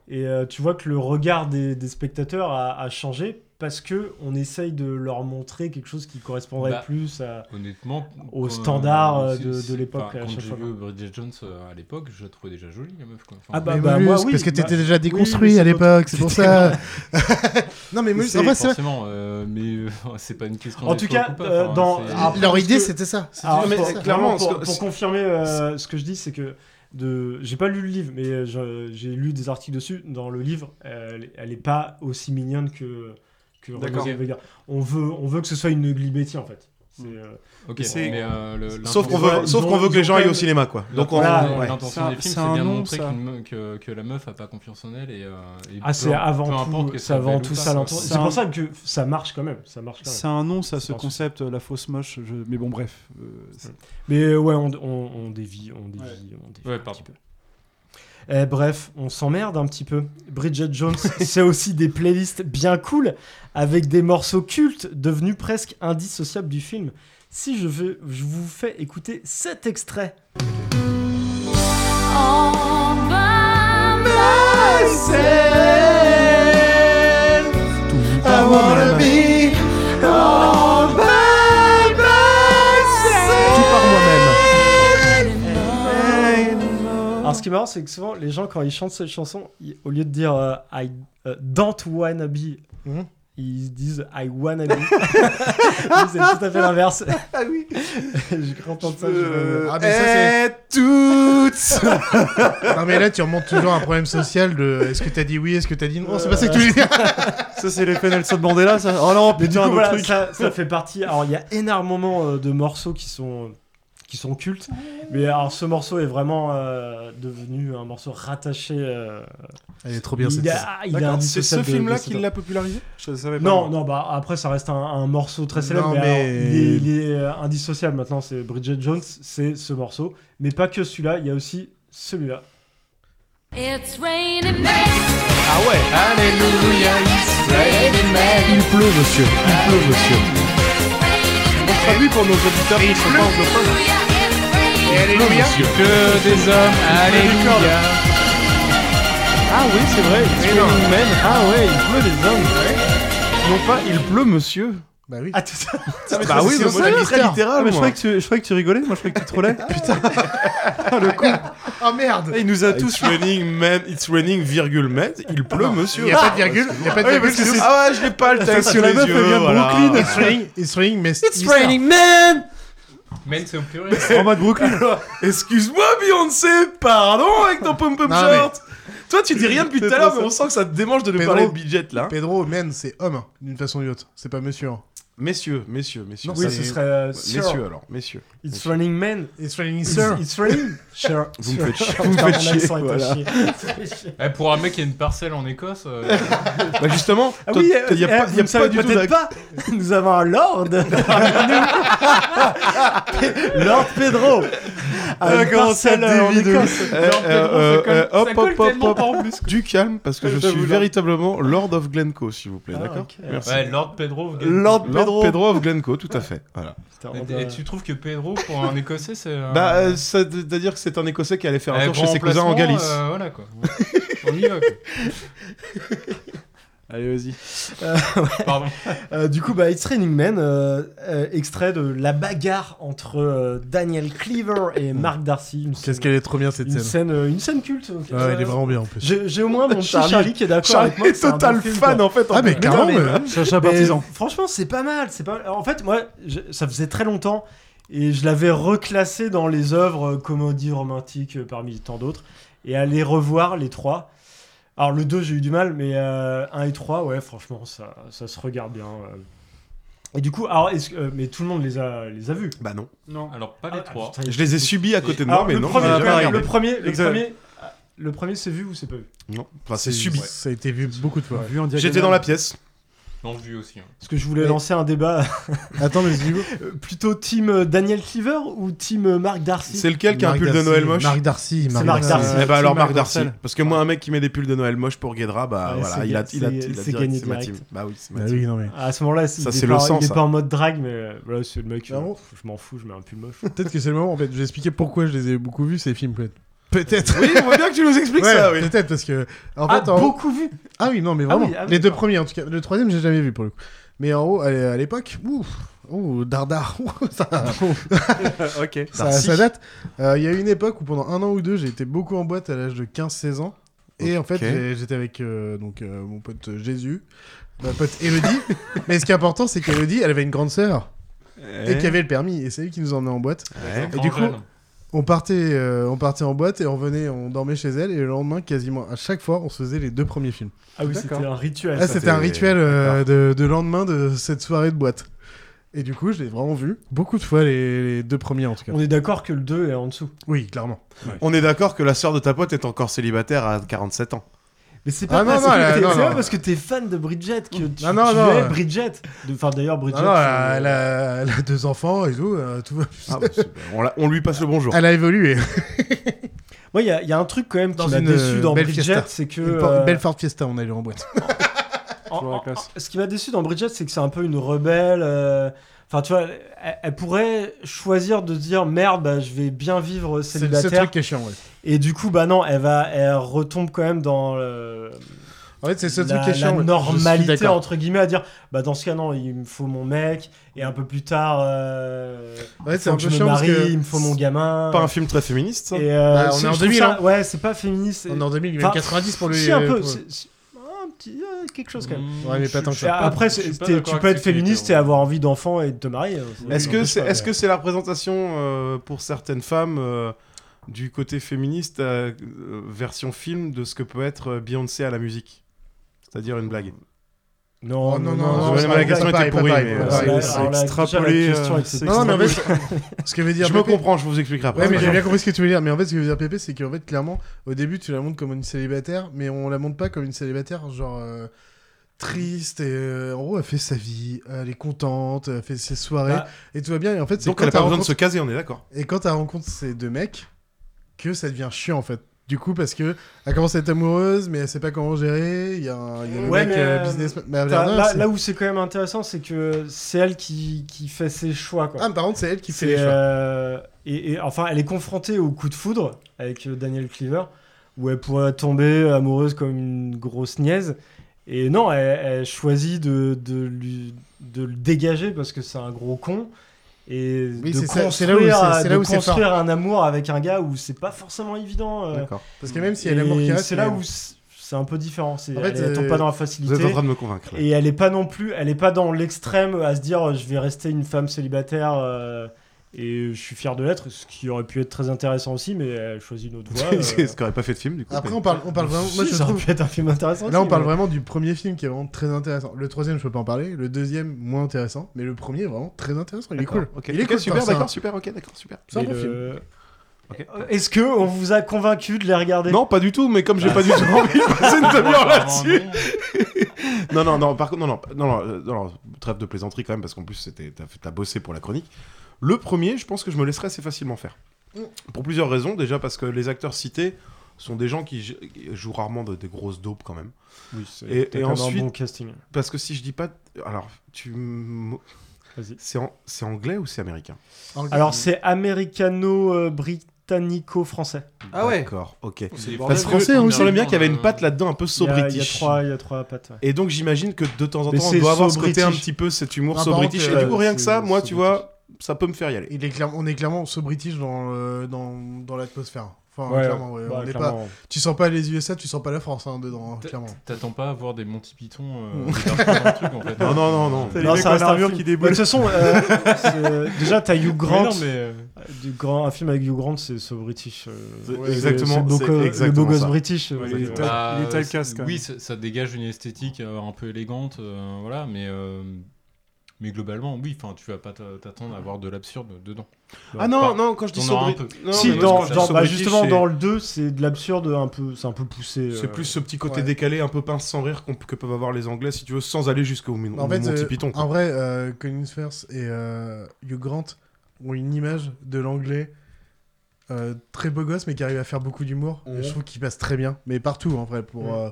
Speaker 4: Et euh, tu vois que le regard des, des spectateurs a, a changé parce que on essaye de leur montrer quelque chose qui correspondrait
Speaker 3: Bah,
Speaker 4: plus à.
Speaker 3: Honnêtement,
Speaker 4: Aux
Speaker 3: quand-
Speaker 4: standards, euh,
Speaker 3: c'est-
Speaker 4: de-
Speaker 3: c'est-
Speaker 4: de l'époque,
Speaker 3: enfin,
Speaker 4: à
Speaker 3: Quand
Speaker 4: chaque
Speaker 3: j'ai
Speaker 4: fois.
Speaker 3: vu Bridget Jones euh, à l'époque, je la trouvais déjà jolie la meuf. Quoi. Enfin,
Speaker 4: Ah bah,
Speaker 7: Mais
Speaker 4: moi,
Speaker 7: Mollusque,
Speaker 4: oui,
Speaker 7: parce que
Speaker 4: bah,
Speaker 7: t'étais déjà
Speaker 4: oui,
Speaker 7: déconstruit
Speaker 4: mais
Speaker 7: à
Speaker 4: c'est
Speaker 7: l'époque, c'est pour ça. non, mais
Speaker 3: Mais
Speaker 7: Mollusque, en vrai, c'est vrai.
Speaker 3: forcément, euh, mais euh, c'est pas une question.
Speaker 4: En
Speaker 3: d'être
Speaker 4: tout cas,
Speaker 3: woke ou pas,
Speaker 4: euh,
Speaker 3: enfin,
Speaker 4: dans-
Speaker 3: c'est-
Speaker 4: Ah,
Speaker 7: Leur
Speaker 4: parce
Speaker 7: idée,
Speaker 4: que-
Speaker 7: c'était ça. C'était-
Speaker 4: Alors,
Speaker 5: mais
Speaker 4: pour,
Speaker 5: clairement,
Speaker 4: clairement,
Speaker 5: parce
Speaker 4: pour,
Speaker 5: que-
Speaker 4: pour confirmer euh, ce que je dis, c'est que de, j'ai pas lu le livre, mais euh, je- j'ai lu des articles dessus. Dans le livre, euh, elle, elle est pas aussi mignonne que que Renée
Speaker 6: D'accord.
Speaker 4: Zellweger. On veut, on veut que ce soit une ugly Betty en fait. C'est, euh,
Speaker 3: Ok,
Speaker 5: Mais c'est-
Speaker 3: mais, euh, le-
Speaker 5: Sauf qu'on
Speaker 3: l'intention-
Speaker 5: veut, sauf
Speaker 4: Ils ont-
Speaker 5: qu'on veut que
Speaker 4: ils
Speaker 5: les
Speaker 4: ont
Speaker 5: gens
Speaker 4: quand
Speaker 5: aillent
Speaker 4: même-
Speaker 5: au cinéma, quoi. Donc, on.
Speaker 4: Voilà,
Speaker 5: ouais.
Speaker 3: L'intention
Speaker 6: Ça-
Speaker 3: des films,
Speaker 6: c'est
Speaker 3: c'est
Speaker 6: un
Speaker 3: bien de
Speaker 6: nom,
Speaker 3: montrer
Speaker 6: ça.
Speaker 3: qu'une me- que, que la meuf a pas confiance en elle et. euh, et
Speaker 4: ah, c'est
Speaker 3: peu- peu
Speaker 4: avant
Speaker 3: importe
Speaker 4: tout,
Speaker 3: qu'elle
Speaker 4: c'est
Speaker 3: soit
Speaker 4: avant
Speaker 3: belle
Speaker 4: tout
Speaker 3: ou
Speaker 4: ça
Speaker 3: pas,
Speaker 4: l'entend.
Speaker 6: c'est
Speaker 4: C'est
Speaker 6: un-
Speaker 4: pour ça que ça marche quand même, ça marche quand même.
Speaker 6: C'est un nom, ça, ce
Speaker 4: C'est un-
Speaker 6: concept, euh, la fausse moche. je- Mais bon, bref. euh, c'est-
Speaker 4: Mais euh, ouais, on, on, on dévie, on dévie, on dévie
Speaker 3: Ouais,
Speaker 4: un
Speaker 3: pardon.
Speaker 4: petit peu. Eh, bref, on s'emmerde un petit peu. Bridget Jones, c'est aussi des playlists bien cool avec des morceaux cultes devenus presque indissociables du film. Si je veux, je vous fais écouter cet extrait.
Speaker 5: Tout par moi-même.
Speaker 4: Alors ce qui est marrant, c'est que souvent les gens quand ils chantent cette chanson, ils- au lieu de dire euh, I euh, don't wanna be,
Speaker 7: Mhm.
Speaker 4: ils disent I wanna be. c'est tout à fait l'inverse.
Speaker 6: Ah oui
Speaker 4: J'ai cru entendre ça. je-
Speaker 7: Ah, mais ça, c'est-
Speaker 5: toutes
Speaker 7: Non, mais là, tu remontes toujours à un problème social de est-ce que t'as dit oui, est-ce que t'as dit non C'est pas ça que tu voulais dire.
Speaker 6: Ça, c'est l'effet Nelson Mandela, ça. Oh non,
Speaker 4: Mais du coup,
Speaker 6: putain, un autre
Speaker 4: voilà,
Speaker 6: truc.
Speaker 4: ça, ça fait partie. Alors, il y a énormément euh, de morceaux qui sont, qui sont cultes. Mais alors, ce morceau est vraiment euh, devenu un morceau rattaché. euh,
Speaker 7: Elle est trop bien cette
Speaker 4: il
Speaker 7: scène.
Speaker 4: a, il a
Speaker 5: D'accord, c'est ce
Speaker 4: indissociable de-
Speaker 5: film-là
Speaker 4: de cette
Speaker 5: qui l'a popularisé
Speaker 6: Je savais pas.
Speaker 4: Non, non, bah après, ça reste un, un morceau très célèbre.
Speaker 7: Non,
Speaker 4: mais alors,
Speaker 7: mais-
Speaker 4: il est, il est, euh, indissociable maintenant. C'est Bridget Jones, c'est ce morceau. Mais pas que celui-là, il y a aussi celui-là.
Speaker 8: It's raining men.
Speaker 5: Ah ouais Il pleut, monsieur. Il pleut, monsieur. On traduit pour nos auditeurs qui sont pas anglophones.
Speaker 8: It's raining
Speaker 3: Alléluia. Que des hommes, alléluia.
Speaker 6: Ah oui, c'est vrai. It's
Speaker 5: non.
Speaker 6: raining men. Ah ouais, il pleut des hommes. Non pas, il pleut monsieur.
Speaker 7: Bah oui.
Speaker 4: Ah, tout ça.
Speaker 5: Bah oui,
Speaker 7: c'est
Speaker 5: mais
Speaker 7: ça,
Speaker 5: moi j'ai
Speaker 7: le
Speaker 5: dit très
Speaker 7: star.
Speaker 6: Ah,
Speaker 5: littéral.
Speaker 6: mais je
Speaker 5: moi.
Speaker 6: croyais, que tu, je croyais que tu rigolais, moi je croyais que tu trollais. Putain. le con.
Speaker 7: Ah merde
Speaker 6: Il nous a tous
Speaker 5: It's raining men, it's raining virgule men, il pleut monsieur.
Speaker 7: Il n'y a pas de virgule, il n'y a pas de
Speaker 5: Ah oui,
Speaker 7: virgule.
Speaker 5: parce que c'est- Ah ouais, je l'ai pas le texte.
Speaker 6: Parce que la
Speaker 5: sous les
Speaker 6: meuf, elle
Speaker 5: yeux,
Speaker 6: vient de
Speaker 5: voilà.
Speaker 6: Brooklyn.
Speaker 7: It's raining, it's raining, mais
Speaker 4: It's raining man
Speaker 3: Men, c'est au pluriel.
Speaker 6: en mode Brooklyn.
Speaker 5: Excuse-moi Beyoncé, pardon avec ton pom pom
Speaker 7: Non, mais-
Speaker 5: short. Toi tu dis rien depuis tout à l'heure, mais on sent que ça te démange de nous
Speaker 7: Pedro.
Speaker 5: parler de budget là.
Speaker 7: Pedro, men, c'est homme, hein, d'une façon ou d'une autre. C'est pas monsieur. hein.
Speaker 5: Messieurs, messieurs, messieurs.
Speaker 7: Non,
Speaker 4: Oui,
Speaker 7: ça,
Speaker 4: ce
Speaker 7: c'est-
Speaker 4: serait euh,
Speaker 5: Ouais,
Speaker 4: sir.
Speaker 5: Messieurs alors, messieurs.
Speaker 4: It's raining man.
Speaker 7: It's raining,
Speaker 4: It's,
Speaker 7: sir.
Speaker 4: it's raining. Sure.
Speaker 5: Vous me faites chier.
Speaker 4: Putain,
Speaker 5: Vous me faites
Speaker 4: mon
Speaker 5: chier,
Speaker 4: accent est à
Speaker 5: voilà.
Speaker 4: chier.
Speaker 3: Eh, Pour un mec qui a une parcelle en Écosse, euh,
Speaker 5: Bah justement,
Speaker 4: Ah
Speaker 5: toi,
Speaker 4: oui,
Speaker 5: toi, y a pas, y a pas- peut-être
Speaker 4: peut-être pas. Nous avons un lord. Nous. lord Pedro.
Speaker 5: Ah,
Speaker 4: Avec
Speaker 5: comment
Speaker 4: parcelle
Speaker 5: ça
Speaker 4: en
Speaker 5: dévie de
Speaker 4: Écosse.
Speaker 5: Euh, euh,
Speaker 3: Pedro, ça colle-
Speaker 5: euh, hop,
Speaker 3: ça colle
Speaker 5: hop, hop,
Speaker 3: tellement
Speaker 5: hop,
Speaker 3: pas en plus, quoi.
Speaker 5: Du calme, parce que
Speaker 4: Ah,
Speaker 5: je
Speaker 4: j'avoue,
Speaker 5: suis
Speaker 4: là.
Speaker 5: véritablement Lord of Glencoe, s'il vous plaît,
Speaker 4: Ah,
Speaker 5: d'accord
Speaker 4: ok.
Speaker 5: Merci.
Speaker 3: Ouais, Lord Pedro. vous gagnez.
Speaker 4: Lord
Speaker 5: Lord
Speaker 4: Pedro.
Speaker 5: Pedro. of Glencoe, tout à fait. Voilà.
Speaker 4: Putain,
Speaker 3: Et,
Speaker 4: on
Speaker 3: et
Speaker 4: doit-
Speaker 3: tu trouves que Pedro, pour un Écossais, c'est. un-
Speaker 5: Bah, euh, ça veut dire que c'est un Écossais qui allait faire un
Speaker 3: Ah. Eh,
Speaker 5: tour
Speaker 3: grand
Speaker 5: chez ses cousins en
Speaker 3: emplacement,
Speaker 5: Galice.
Speaker 3: euh, voilà quoi. On y va quoi.
Speaker 6: Allez, vas-y.
Speaker 3: Pardon.
Speaker 4: Euh, du coup, bah, It's Raining Men, euh, euh, extrait de la bagarre entre euh, Daniel Cleaver et Mark Darcy. Une
Speaker 7: Qu'est-ce
Speaker 4: scène,
Speaker 7: qu'elle est trop bien cette
Speaker 4: une
Speaker 7: scène.
Speaker 4: scène, euh, une scène culte. donc,
Speaker 7: Ouais,
Speaker 4: euh,
Speaker 7: il est vraiment bien en plus.
Speaker 4: J'ai j'ai au moins mon petit
Speaker 5: Charlie-
Speaker 4: Charlie, qui est d'accord
Speaker 5: Charlie
Speaker 4: avec moi. que
Speaker 5: est
Speaker 4: c'est un bon
Speaker 5: total
Speaker 4: film,
Speaker 5: fan
Speaker 4: quoi.
Speaker 5: en fait. en
Speaker 7: Ah, mais
Speaker 5: vrai.
Speaker 7: clairement,
Speaker 4: mais-
Speaker 7: mais.
Speaker 6: Chacha
Speaker 4: Mais
Speaker 6: partisan.
Speaker 4: Franchement, c'est pas mal. C'est pas. En fait, moi, je- ça faisait très longtemps et je l'avais reclassé dans les œuvres euh, comédies romantiques euh, parmi tant d'autres et aller revoir les trois. Alors le 2 j'ai eu du mal, mais 1 et 3 ouais franchement ça, ça se regarde bien. euh. Et du coup alors est-ce que- euh, mais tout le monde les a les a vus.
Speaker 5: Bah non.
Speaker 6: Non.
Speaker 3: Alors, pas les
Speaker 4: Ah,
Speaker 3: trois.
Speaker 4: putain,
Speaker 5: Je les ai subis à côté de
Speaker 4: alors,
Speaker 5: moi, mais
Speaker 4: le
Speaker 5: non.
Speaker 4: premier,
Speaker 5: j'ai
Speaker 6: ah,
Speaker 5: jamais
Speaker 6: bah,
Speaker 5: regardé.
Speaker 4: le premier le
Speaker 6: Exact.
Speaker 4: premier le premier c'est vu ou c'est pas vu
Speaker 5: Non, enfin, c'est subi.
Speaker 7: Ça a été vu beaucoup de fois.
Speaker 6: Vu en diagonale.
Speaker 5: J'étais dans la pièce.
Speaker 3: Non, vu aussi. hein.
Speaker 4: Parce que je voulais
Speaker 7: Mais-
Speaker 4: lancer un débat
Speaker 7: Attends, mais du coup,
Speaker 4: euh, plutôt team euh, Daniel Cleaver ou team euh, Mark Darcy.
Speaker 5: C'est lequel qui a un
Speaker 7: Marc
Speaker 5: pull de
Speaker 7: Darcy,
Speaker 5: Noël moche
Speaker 7: Marc Darcy.
Speaker 4: Marc Darcy.
Speaker 5: Eh
Speaker 7: ben,
Speaker 5: bah alors Marc Darcy.
Speaker 6: Marcel.
Speaker 5: Parce que moi, un mec qui met des pulls de Noël moches pour Guédra, bah
Speaker 4: Ouais,
Speaker 5: voilà,
Speaker 4: c'est
Speaker 5: il a,
Speaker 4: ga-
Speaker 5: il a,
Speaker 4: c'est-
Speaker 5: il a
Speaker 4: c'est
Speaker 5: direct,
Speaker 4: gagné
Speaker 5: c'est ma
Speaker 4: direct.
Speaker 5: team. Bah oui, c'est
Speaker 7: Bah
Speaker 5: ma team.
Speaker 7: oui, non mais.
Speaker 4: À ce moment-là,
Speaker 5: Ça,
Speaker 4: il
Speaker 5: c'est
Speaker 4: est
Speaker 5: le
Speaker 4: pas-
Speaker 5: sang,
Speaker 4: Il est
Speaker 5: ça.
Speaker 4: pas en mode drague, mais euh, voilà, c'est le mec. euh,
Speaker 7: Ah bon
Speaker 4: je m'en fous, je mets un pull moche.
Speaker 7: Peut-être que c'est le moment, en fait. Je vais expliquer pourquoi je les ai beaucoup vus, ces films, peut-être. Peut-être.
Speaker 5: Oui, on veut bien que tu nous expliques
Speaker 7: Ouais,
Speaker 5: ça, oui.
Speaker 7: peut-être, parce que. En
Speaker 4: Ah,
Speaker 7: fait, en-
Speaker 4: beaucoup vu.
Speaker 7: Ah oui, non, mais vraiment.
Speaker 4: oui, ah oui,
Speaker 7: les deux
Speaker 4: d'accord.
Speaker 7: premiers, en tout cas. Le troisième, j'ai jamais vu pour le coup. Mais en haut, à l'é- à l'époque, ouf, oh, dardard, ouh, ça,
Speaker 6: ok.
Speaker 7: ça,
Speaker 5: Darcy.
Speaker 7: ça date. Euh, Il y a eu une époque où pendant un an ou deux, j'ai été beaucoup en boîte à l'âge de 15-16 ans. Et en fait,
Speaker 5: Ok.
Speaker 7: j'ai- j'étais avec euh, donc, euh, mon pote Jésus, ma pote Elodie. mais ce qui est important, c'est qu'Elodie, elle avait une grande sœur
Speaker 5: Eh,
Speaker 7: et qui avait le permis. Et c'est lui qui nous emmenait en boîte.
Speaker 5: Ouais.
Speaker 7: Et
Speaker 3: Grand
Speaker 7: du coup,
Speaker 3: jeune.
Speaker 7: On partait, euh, on partait en boîte et on venait, on dormait chez elle. Et le lendemain, quasiment à chaque fois, on se faisait les deux premiers films.
Speaker 4: Ah oui,
Speaker 6: D'accord.
Speaker 4: c'était un rituel.
Speaker 7: Ah,
Speaker 4: ça.
Speaker 7: c'était un
Speaker 5: c'est-
Speaker 7: rituel euh, de, de lendemain de cette soirée de boîte. Et du coup, je l'ai vraiment vu beaucoup de fois, les, les deux premiers en tout cas.
Speaker 4: On est d'accord que le 2 est en dessous.
Speaker 7: Oui, clairement.
Speaker 5: On est d'accord que la sœur de ta pote est encore célibataire à 47 ans.
Speaker 4: Mais c'est
Speaker 7: Ah
Speaker 4: pas
Speaker 7: non,
Speaker 4: parce
Speaker 7: non,
Speaker 4: que
Speaker 7: elle a-
Speaker 4: t'es-
Speaker 7: non,
Speaker 4: c'est
Speaker 7: non.
Speaker 4: pas parce que t'es fan de Bridget que tu,
Speaker 7: Non, non,
Speaker 4: tu
Speaker 7: non,
Speaker 4: es
Speaker 7: ouais.
Speaker 4: Bridget. De- Enfin, d'ailleurs, Bridget. euh,
Speaker 7: Non, non, elle,
Speaker 4: c'est-
Speaker 7: a, elle a- elle a deux enfants et tout. euh, tout va-
Speaker 5: Ah, bah, c'est- on, la- on lui passe le bonjour.
Speaker 7: Elle a évolué.
Speaker 4: Moi, il y, a- il y a un truc quand même
Speaker 7: Dans
Speaker 4: qui m'a
Speaker 7: une,
Speaker 4: déçu
Speaker 7: euh,
Speaker 4: dans
Speaker 7: belle
Speaker 4: Bridget,
Speaker 7: fiesta.
Speaker 4: c'est que.
Speaker 7: Une, por-
Speaker 4: euh,
Speaker 7: une belle Ford Fiesta, on allait en boîte.
Speaker 4: en-
Speaker 6: Toujours la
Speaker 4: en-
Speaker 6: classe.
Speaker 4: ce qui m'a déçu dans Bridget, c'est que c'est un peu une rebelle. euh, Enfin, tu vois, elle, elle pourrait choisir de dire merde, bah, je vais bien vivre
Speaker 7: C'est le seul
Speaker 4: célibataire.
Speaker 7: truc qui est chiant, ouais.
Speaker 4: Et du coup, bah non, elle va, elle retombe quand même dans le-
Speaker 7: En fait, c'est le seul
Speaker 4: la,
Speaker 7: truc qui est
Speaker 4: la
Speaker 7: chiant. ouais. Je suis
Speaker 4: normalité
Speaker 7: d'accord.
Speaker 4: entre guillemets à dire, bah dans ce cas non, il me faut mon mec et un peu plus tard, euh,
Speaker 7: Ouais,
Speaker 4: il
Speaker 7: c'est
Speaker 4: faut
Speaker 7: un
Speaker 4: que
Speaker 7: peu
Speaker 4: je me
Speaker 7: chiant parce
Speaker 4: marie,
Speaker 7: que
Speaker 4: il me faut mon gamin.
Speaker 5: Pas un film très féministe, hein. ça.
Speaker 4: Et, euh,
Speaker 7: Bah, on
Speaker 4: c'est-
Speaker 7: est en
Speaker 4: je trouve
Speaker 7: 2000,
Speaker 4: ça- Ouais, c'est pas féministe.
Speaker 7: On est en 2000, il y a
Speaker 4: Enfin,
Speaker 7: 90 pour lui.
Speaker 4: Si un
Speaker 7: euh,
Speaker 4: peu,
Speaker 7: pour-
Speaker 4: c'est- c'est- un petit euh, quelque chose quand même.
Speaker 3: Mmh,
Speaker 7: Ouais, Ah, mais pas tant que
Speaker 3: je-
Speaker 7: ça.
Speaker 3: je-
Speaker 4: Après,
Speaker 3: je
Speaker 4: c'est-
Speaker 3: suis pas
Speaker 4: t'es-
Speaker 3: d'accord
Speaker 4: tu peux
Speaker 3: avec
Speaker 4: être
Speaker 3: ça,
Speaker 4: féministe et
Speaker 3: Clément.
Speaker 4: avoir envie d'enfant et de te marier. hein.
Speaker 5: Est-ce
Speaker 4: Oui,
Speaker 5: que
Speaker 4: on
Speaker 5: c'est
Speaker 4: peut pas,
Speaker 5: est-ce que c'est la représentation euh, pour certaines femmes euh, du côté féministe euh, euh, version film de ce que peut être euh, Beyoncé à la musique C'est-à-dire une blague.
Speaker 4: mais- Non,
Speaker 7: Oh,
Speaker 4: non,
Speaker 7: non, non,
Speaker 4: non.
Speaker 7: c'est
Speaker 4: c'est
Speaker 5: la
Speaker 4: pas
Speaker 7: pas
Speaker 5: question
Speaker 4: vrai.
Speaker 5: était
Speaker 7: pareil, pas
Speaker 5: pourrie,
Speaker 7: pareil,
Speaker 5: mais,
Speaker 7: pas
Speaker 5: euh,
Speaker 7: pareil.
Speaker 4: Alors,
Speaker 5: c'est
Speaker 4: alors, déjà, la
Speaker 5: extrapolé,
Speaker 4: question,
Speaker 5: euh,
Speaker 4: elle s'est
Speaker 5: c'est-
Speaker 7: Non, non, mais en fait, ce que veut dire.
Speaker 5: Je me
Speaker 7: Pépé-
Speaker 5: comprends, je vous expliquerai après.
Speaker 7: Ouais, mais j'ai bien compris ce que tu veux dire. Mais en fait, ce que veut dire Pépé, c'est qu'en fait, clairement, au début, tu la montres comme une célibataire, mais on la montre pas comme une célibataire, genre euh, triste. Et, euh, en gros, elle fait sa vie, elle est contente, elle fait ses soirées,
Speaker 4: Bah,
Speaker 7: et tout va bien. Et en fait, c'est
Speaker 5: Donc
Speaker 7: quand
Speaker 5: elle a
Speaker 7: t'as
Speaker 5: pas besoin de se
Speaker 7: rencontre-
Speaker 5: caser, on est d'accord.
Speaker 7: Et quand elle rencontre ces deux mecs, que ça devient chiant, en fait. Du coup, parce que elle commence à être amoureuse, mais elle sait pas comment gérer. Il y a, un... il y a le
Speaker 4: Ouais,
Speaker 7: mec
Speaker 4: mais,
Speaker 7: euh,
Speaker 4: euh,
Speaker 7: businessman. Mais elle
Speaker 4: T'as-
Speaker 7: regarde,
Speaker 4: là,
Speaker 7: c'est-
Speaker 4: là où c'est quand même intéressant, c'est que c'est elle qui, qui fait ses choix. Quoi.
Speaker 7: Ah, mais Ah, par contre, c'est elle qui fait
Speaker 4: C'est,
Speaker 7: les choix.
Speaker 4: euh, et, et enfin, elle est confrontée au coup de foudre avec euh, Daniel Cleaver, où elle pourrait tomber amoureuse comme une grosse niaise. Et non, elle, elle choisit de, de, lui- de le dégager parce que c'est un gros con. Et
Speaker 7: Oui,
Speaker 4: de
Speaker 7: c'est ça-
Speaker 4: construire,
Speaker 7: c'est là où c'est- c'est là
Speaker 4: de
Speaker 7: où c'est fort.
Speaker 4: construire un amour avec un gars où c'est pas forcément évident. euh,
Speaker 5: D'accord.
Speaker 7: Parce que même si elle a l'amour
Speaker 4: et
Speaker 7: qui reste,
Speaker 4: c'est là
Speaker 7: mais-
Speaker 4: où c'est c'est un peu différent. C'est,
Speaker 7: En fait,
Speaker 4: elle, elle tombe
Speaker 7: euh,
Speaker 4: pas dans la
Speaker 5: Vous
Speaker 4: facilité.
Speaker 5: êtes en train de me convaincre. là.
Speaker 4: Et elle est pas non plus, elle est pas dans l'extrême à se dire euh, je vais rester une femme célibataire euh, et je suis fier de l'être, ce qui aurait pu être très intéressant aussi, mais elle choisit une autre voie. euh.
Speaker 5: C'est ce qu'aurait pas fait de film du coup.
Speaker 7: Après,
Speaker 5: mais-
Speaker 7: on parle, on parle vraiment. Moi,
Speaker 4: Si,
Speaker 7: je
Speaker 4: ça aurait
Speaker 7: trouve.
Speaker 4: pu être un film intéressant.
Speaker 7: Là, on
Speaker 4: aussi,
Speaker 7: parle
Speaker 4: mais-
Speaker 7: vraiment du premier film qui est vraiment très intéressant. Le troisième, je peux pas en parler. Le deuxième, moins intéressant. Mais le premier, est vraiment très intéressant. Il est cool.
Speaker 5: D'accord, ok.
Speaker 7: Il est
Speaker 5: Ok,
Speaker 7: cool.
Speaker 5: super,
Speaker 7: enfin,
Speaker 5: d'accord, super, ok, d'accord, super.
Speaker 7: C'est un
Speaker 4: mais
Speaker 7: bon
Speaker 4: le-
Speaker 7: film.
Speaker 5: Ok.
Speaker 4: Est-ce que on vous a convaincu de les regarder
Speaker 5: Non, Ah, pas du tout, mais comme j'ai
Speaker 3: Ah.
Speaker 5: pas du tout envie de passer une demi-heure
Speaker 3: Apparemment,
Speaker 5: là-dessus.
Speaker 3: non.
Speaker 5: Non, non, non, par contre, non, non, non, non, euh, non, non, trêve de plaisanterie quand même, parce qu'en plus, c'était- t'as fait- t'as bossé pour la chronique. Le premier, je pense que je me laisserais assez facilement faire.
Speaker 7: Mm.
Speaker 5: Pour plusieurs raisons. Déjà, parce que les acteurs cités sont des gens qui j- qui jouent rarement de- des grosses daubes quand même.
Speaker 4: Oui, c'est
Speaker 5: Et-
Speaker 4: peut-être
Speaker 5: et
Speaker 4: un
Speaker 5: ensuite-
Speaker 4: bon casting.
Speaker 5: Parce que si je dis pas. Alors, tu. m-
Speaker 4: Vas-y.
Speaker 5: C'est en- c'est anglais ou c'est américain
Speaker 4: Alors c'est américano-britannico-français.
Speaker 6: Ah ouais.
Speaker 5: D'accord, ok.
Speaker 6: C'est
Speaker 3: Parce
Speaker 5: Parce
Speaker 6: bordel.
Speaker 5: que
Speaker 3: que-
Speaker 5: français, hein, on me semblait bien
Speaker 3: Américain,
Speaker 5: qu'il y avait une
Speaker 3: euh,
Speaker 5: patte là-dedans un peu
Speaker 4: Il y a-
Speaker 5: sobritish.
Speaker 4: Il y a trois, il y a trois pattes. ouais.
Speaker 5: Et donc j'imagine que de temps en
Speaker 4: Mais
Speaker 5: temps, on
Speaker 4: c'est
Speaker 5: doit avoir ce côté un
Speaker 4: so-british.
Speaker 5: petit peu cet humour
Speaker 7: Ah,
Speaker 5: so
Speaker 7: par
Speaker 5: british.
Speaker 7: contre,
Speaker 5: Et du coup,
Speaker 4: euh,
Speaker 5: rien que
Speaker 4: c'est
Speaker 5: ça, moi, tu
Speaker 4: so-british.
Speaker 5: vois, ça peut me faire y aller.
Speaker 7: Il est clair- on est clairement so british dans, euh, dans, dans l'atmosphère. Enfin,
Speaker 4: Ouais,
Speaker 7: clairement, ouais,
Speaker 4: bah,
Speaker 7: on est pas...
Speaker 4: clairement.
Speaker 7: Tu sens pas les USA, tu sens pas la France hein, dedans,
Speaker 3: Peut-être.
Speaker 7: clairement.
Speaker 3: T'attends pas à voir des Monty Python euh, des versions d'un truc, en fait.
Speaker 5: Non, non, non, non.
Speaker 6: C'est les
Speaker 4: Non,
Speaker 6: mecs
Speaker 4: ça
Speaker 6: en
Speaker 4: reste un
Speaker 6: armure
Speaker 4: film. Bah,
Speaker 6: qui
Speaker 4: De
Speaker 6: déboulent.
Speaker 4: toute façon, euh, c'est- déjà, t'as Hugh
Speaker 3: Mais
Speaker 4: Grant.
Speaker 3: non, mais, euh,
Speaker 4: Euh, Du grand, un film avec Hugh Grant, c'est so british. euh,
Speaker 5: C'est
Speaker 4: ouais,
Speaker 5: exactement-
Speaker 4: c'est le beau
Speaker 5: c'est
Speaker 4: co- le
Speaker 5: exactement
Speaker 4: beau gosse
Speaker 5: ça.
Speaker 4: british. euh,
Speaker 6: Ouais,
Speaker 4: c'est-
Speaker 6: il est
Speaker 4: ouais.
Speaker 6: top. il est typecast, quand
Speaker 3: Bah, Oui,
Speaker 6: même.
Speaker 3: ça, ça dégage une esthétique euh, un peu élégante, euh, voilà, mais, euh, mais globalement, oui, enfin, tu vas pas t'a- t'attendre à voir de l'absurde dedans.
Speaker 6: Bah,
Speaker 5: Ah non,
Speaker 3: Pas-
Speaker 5: non, quand je dis
Speaker 3: On aura
Speaker 5: sobre...
Speaker 3: un peu.
Speaker 5: non,
Speaker 4: si,
Speaker 5: mais
Speaker 4: dans,
Speaker 5: quand je dis
Speaker 4: dans- bah,
Speaker 5: sobriquet,
Speaker 4: justement,
Speaker 5: c'est-
Speaker 4: dans le 2, c'est de l'absurde, un peu, c'est un peu poussé.
Speaker 5: C'est
Speaker 4: euh,
Speaker 5: plus ce petit côté
Speaker 7: Ouais.
Speaker 5: décalé, un peu pince sans rire qu'on- que peuvent avoir les Anglais, si tu veux, sans aller jusqu'au mon,
Speaker 7: en fait,
Speaker 5: Monty
Speaker 7: euh,
Speaker 5: Python. quoi.
Speaker 7: en vrai, euh, Colin Firth et euh, Hugh Grant ont une image de l'anglais euh, très beau gosse, mais qui arrive à faire beaucoup d'humour.
Speaker 5: Ouais.
Speaker 7: Je trouve qu'ils passent très bien, mais partout en vrai, pour,
Speaker 4: Ouais.
Speaker 7: euh,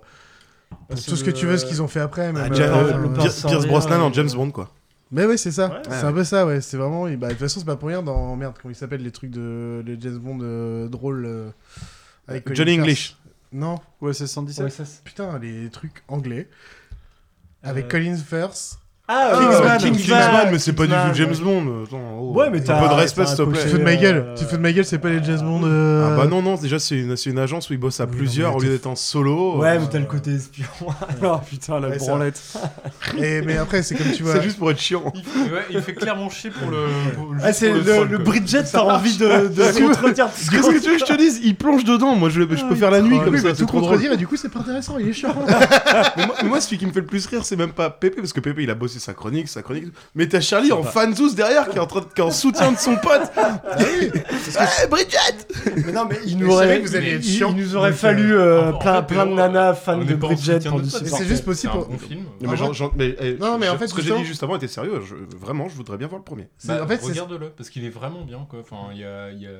Speaker 7: pour
Speaker 4: Parce
Speaker 7: tout ce que
Speaker 4: que,
Speaker 7: tu veux, ce
Speaker 4: euh,
Speaker 7: qu'ils ont fait après.
Speaker 5: Mhm. Ah,
Speaker 7: même,
Speaker 5: Ja-
Speaker 7: euh,
Speaker 5: euh,
Speaker 7: enfin,
Speaker 4: le
Speaker 7: euh,
Speaker 5: Pier-
Speaker 4: pince sans
Speaker 5: Pierce
Speaker 4: rire,
Speaker 5: Brosnan en
Speaker 4: euh,
Speaker 5: James Bond, quoi.
Speaker 7: Mais ouais, c'est ça.
Speaker 4: Ouais.
Speaker 7: c'est un peu ça, ouais. C'est vraiment. et bah, de toute façon, c'est pas pour rien dans. Merde, comment il s'appelle les trucs de. Les James Bond euh, drôles. euh, avec Colin
Speaker 5: Johnny
Speaker 7: Firth.
Speaker 5: English.
Speaker 7: Non,
Speaker 6: Ouais, c'est 117.
Speaker 4: ouais, ça, c'est-
Speaker 7: putain, les trucs anglais. Avec
Speaker 4: Euh,
Speaker 7: Colin Firth.
Speaker 4: Ah,
Speaker 7: euh,
Speaker 4: Kingsman,
Speaker 7: Kingsman,
Speaker 5: Kingsman, mais c'est pas du
Speaker 7: Kingsman,
Speaker 5: tout James
Speaker 7: ouais.
Speaker 5: Bond. Attends, oh,
Speaker 4: Ouais, mais
Speaker 5: un
Speaker 4: t'as-
Speaker 5: peu de respect,
Speaker 4: t'as un
Speaker 5: s'il te
Speaker 4: coach.
Speaker 5: plaît.
Speaker 7: Tu te fous de ma
Speaker 4: euh,
Speaker 7: gueule. Tu te fous de ma gueule, c'est pas les James Bond. euh,
Speaker 5: Ah bah non, non, déjà, c'est une, c'est une agence où ils bossent à
Speaker 7: Oui, non,
Speaker 5: plusieurs
Speaker 7: mais
Speaker 5: au
Speaker 7: t'es-
Speaker 5: lieu d'être en solo.
Speaker 4: Ouais,
Speaker 5: euh,
Speaker 4: mais t'as le côté espion.
Speaker 6: Oh putain, la
Speaker 7: Ouais, ça-
Speaker 6: branlette.
Speaker 7: Et, mais après, c'est comme tu vois.
Speaker 5: C'est juste pour être chiant.
Speaker 3: Il, fait, ouais, il fait clairement chier pour le. pour- juste
Speaker 4: Ah, c'est
Speaker 3: pour
Speaker 4: le,
Speaker 3: troll,
Speaker 4: le
Speaker 3: quoi.
Speaker 4: Bridget, t'as envie de, de
Speaker 5: Tu veux-
Speaker 4: contredire tout ce
Speaker 5: Qu'est-ce que tu veux que je te dise Il plonge dedans, moi je, le- je peux faire la nuit
Speaker 7: Oui,
Speaker 5: comme
Speaker 7: Ah, mais
Speaker 5: ça, c'est
Speaker 7: tout
Speaker 5: Ah, trop drôle.
Speaker 7: contredire, et du coup, c'est pas intéressant, il est chiant.
Speaker 5: Mais moi, mais moi, celui qui me fait le plus rire, c'est même pas Pépé, parce que Pépé, il a bossé sa chronique, sa chronique. Mais t'as Charlie en fanzous derrière, qui est en, train de- qui est en soutien de son pote. Eh, Bridget
Speaker 4: Mais non, mais il
Speaker 7: Mais
Speaker 4: nous
Speaker 7: je savais
Speaker 4: aurait,
Speaker 7: que vous alliez être
Speaker 4: il-
Speaker 7: chiant.
Speaker 4: il nous aurait
Speaker 7: Donc,
Speaker 4: fallu euh,
Speaker 3: Ah, en
Speaker 4: plein,
Speaker 3: fait,
Speaker 4: plein de
Speaker 3: on-
Speaker 4: nanas
Speaker 3: on
Speaker 4: fans
Speaker 3: est
Speaker 4: de
Speaker 3: pas en
Speaker 4: Bridget
Speaker 3: soutien
Speaker 4: pour
Speaker 3: de
Speaker 4: nous
Speaker 3: ça,
Speaker 7: Mais c'est
Speaker 4: supporter.
Speaker 7: juste possible
Speaker 3: un
Speaker 7: pour-
Speaker 3: bon film.
Speaker 5: Non, mais, j'en- j'en- mais, eh,
Speaker 7: Non, mais
Speaker 5: je-
Speaker 7: en fait,
Speaker 5: ce que j'ai
Speaker 7: justement-
Speaker 5: dit juste avant était sérieux. je- vraiment, je voudrais bien voir le premier.
Speaker 7: C'est-
Speaker 3: Bah,
Speaker 7: en fait, c'est-
Speaker 3: regarde-le parce qu'il est vraiment bien quoi. Enfin, il y a, il y, a,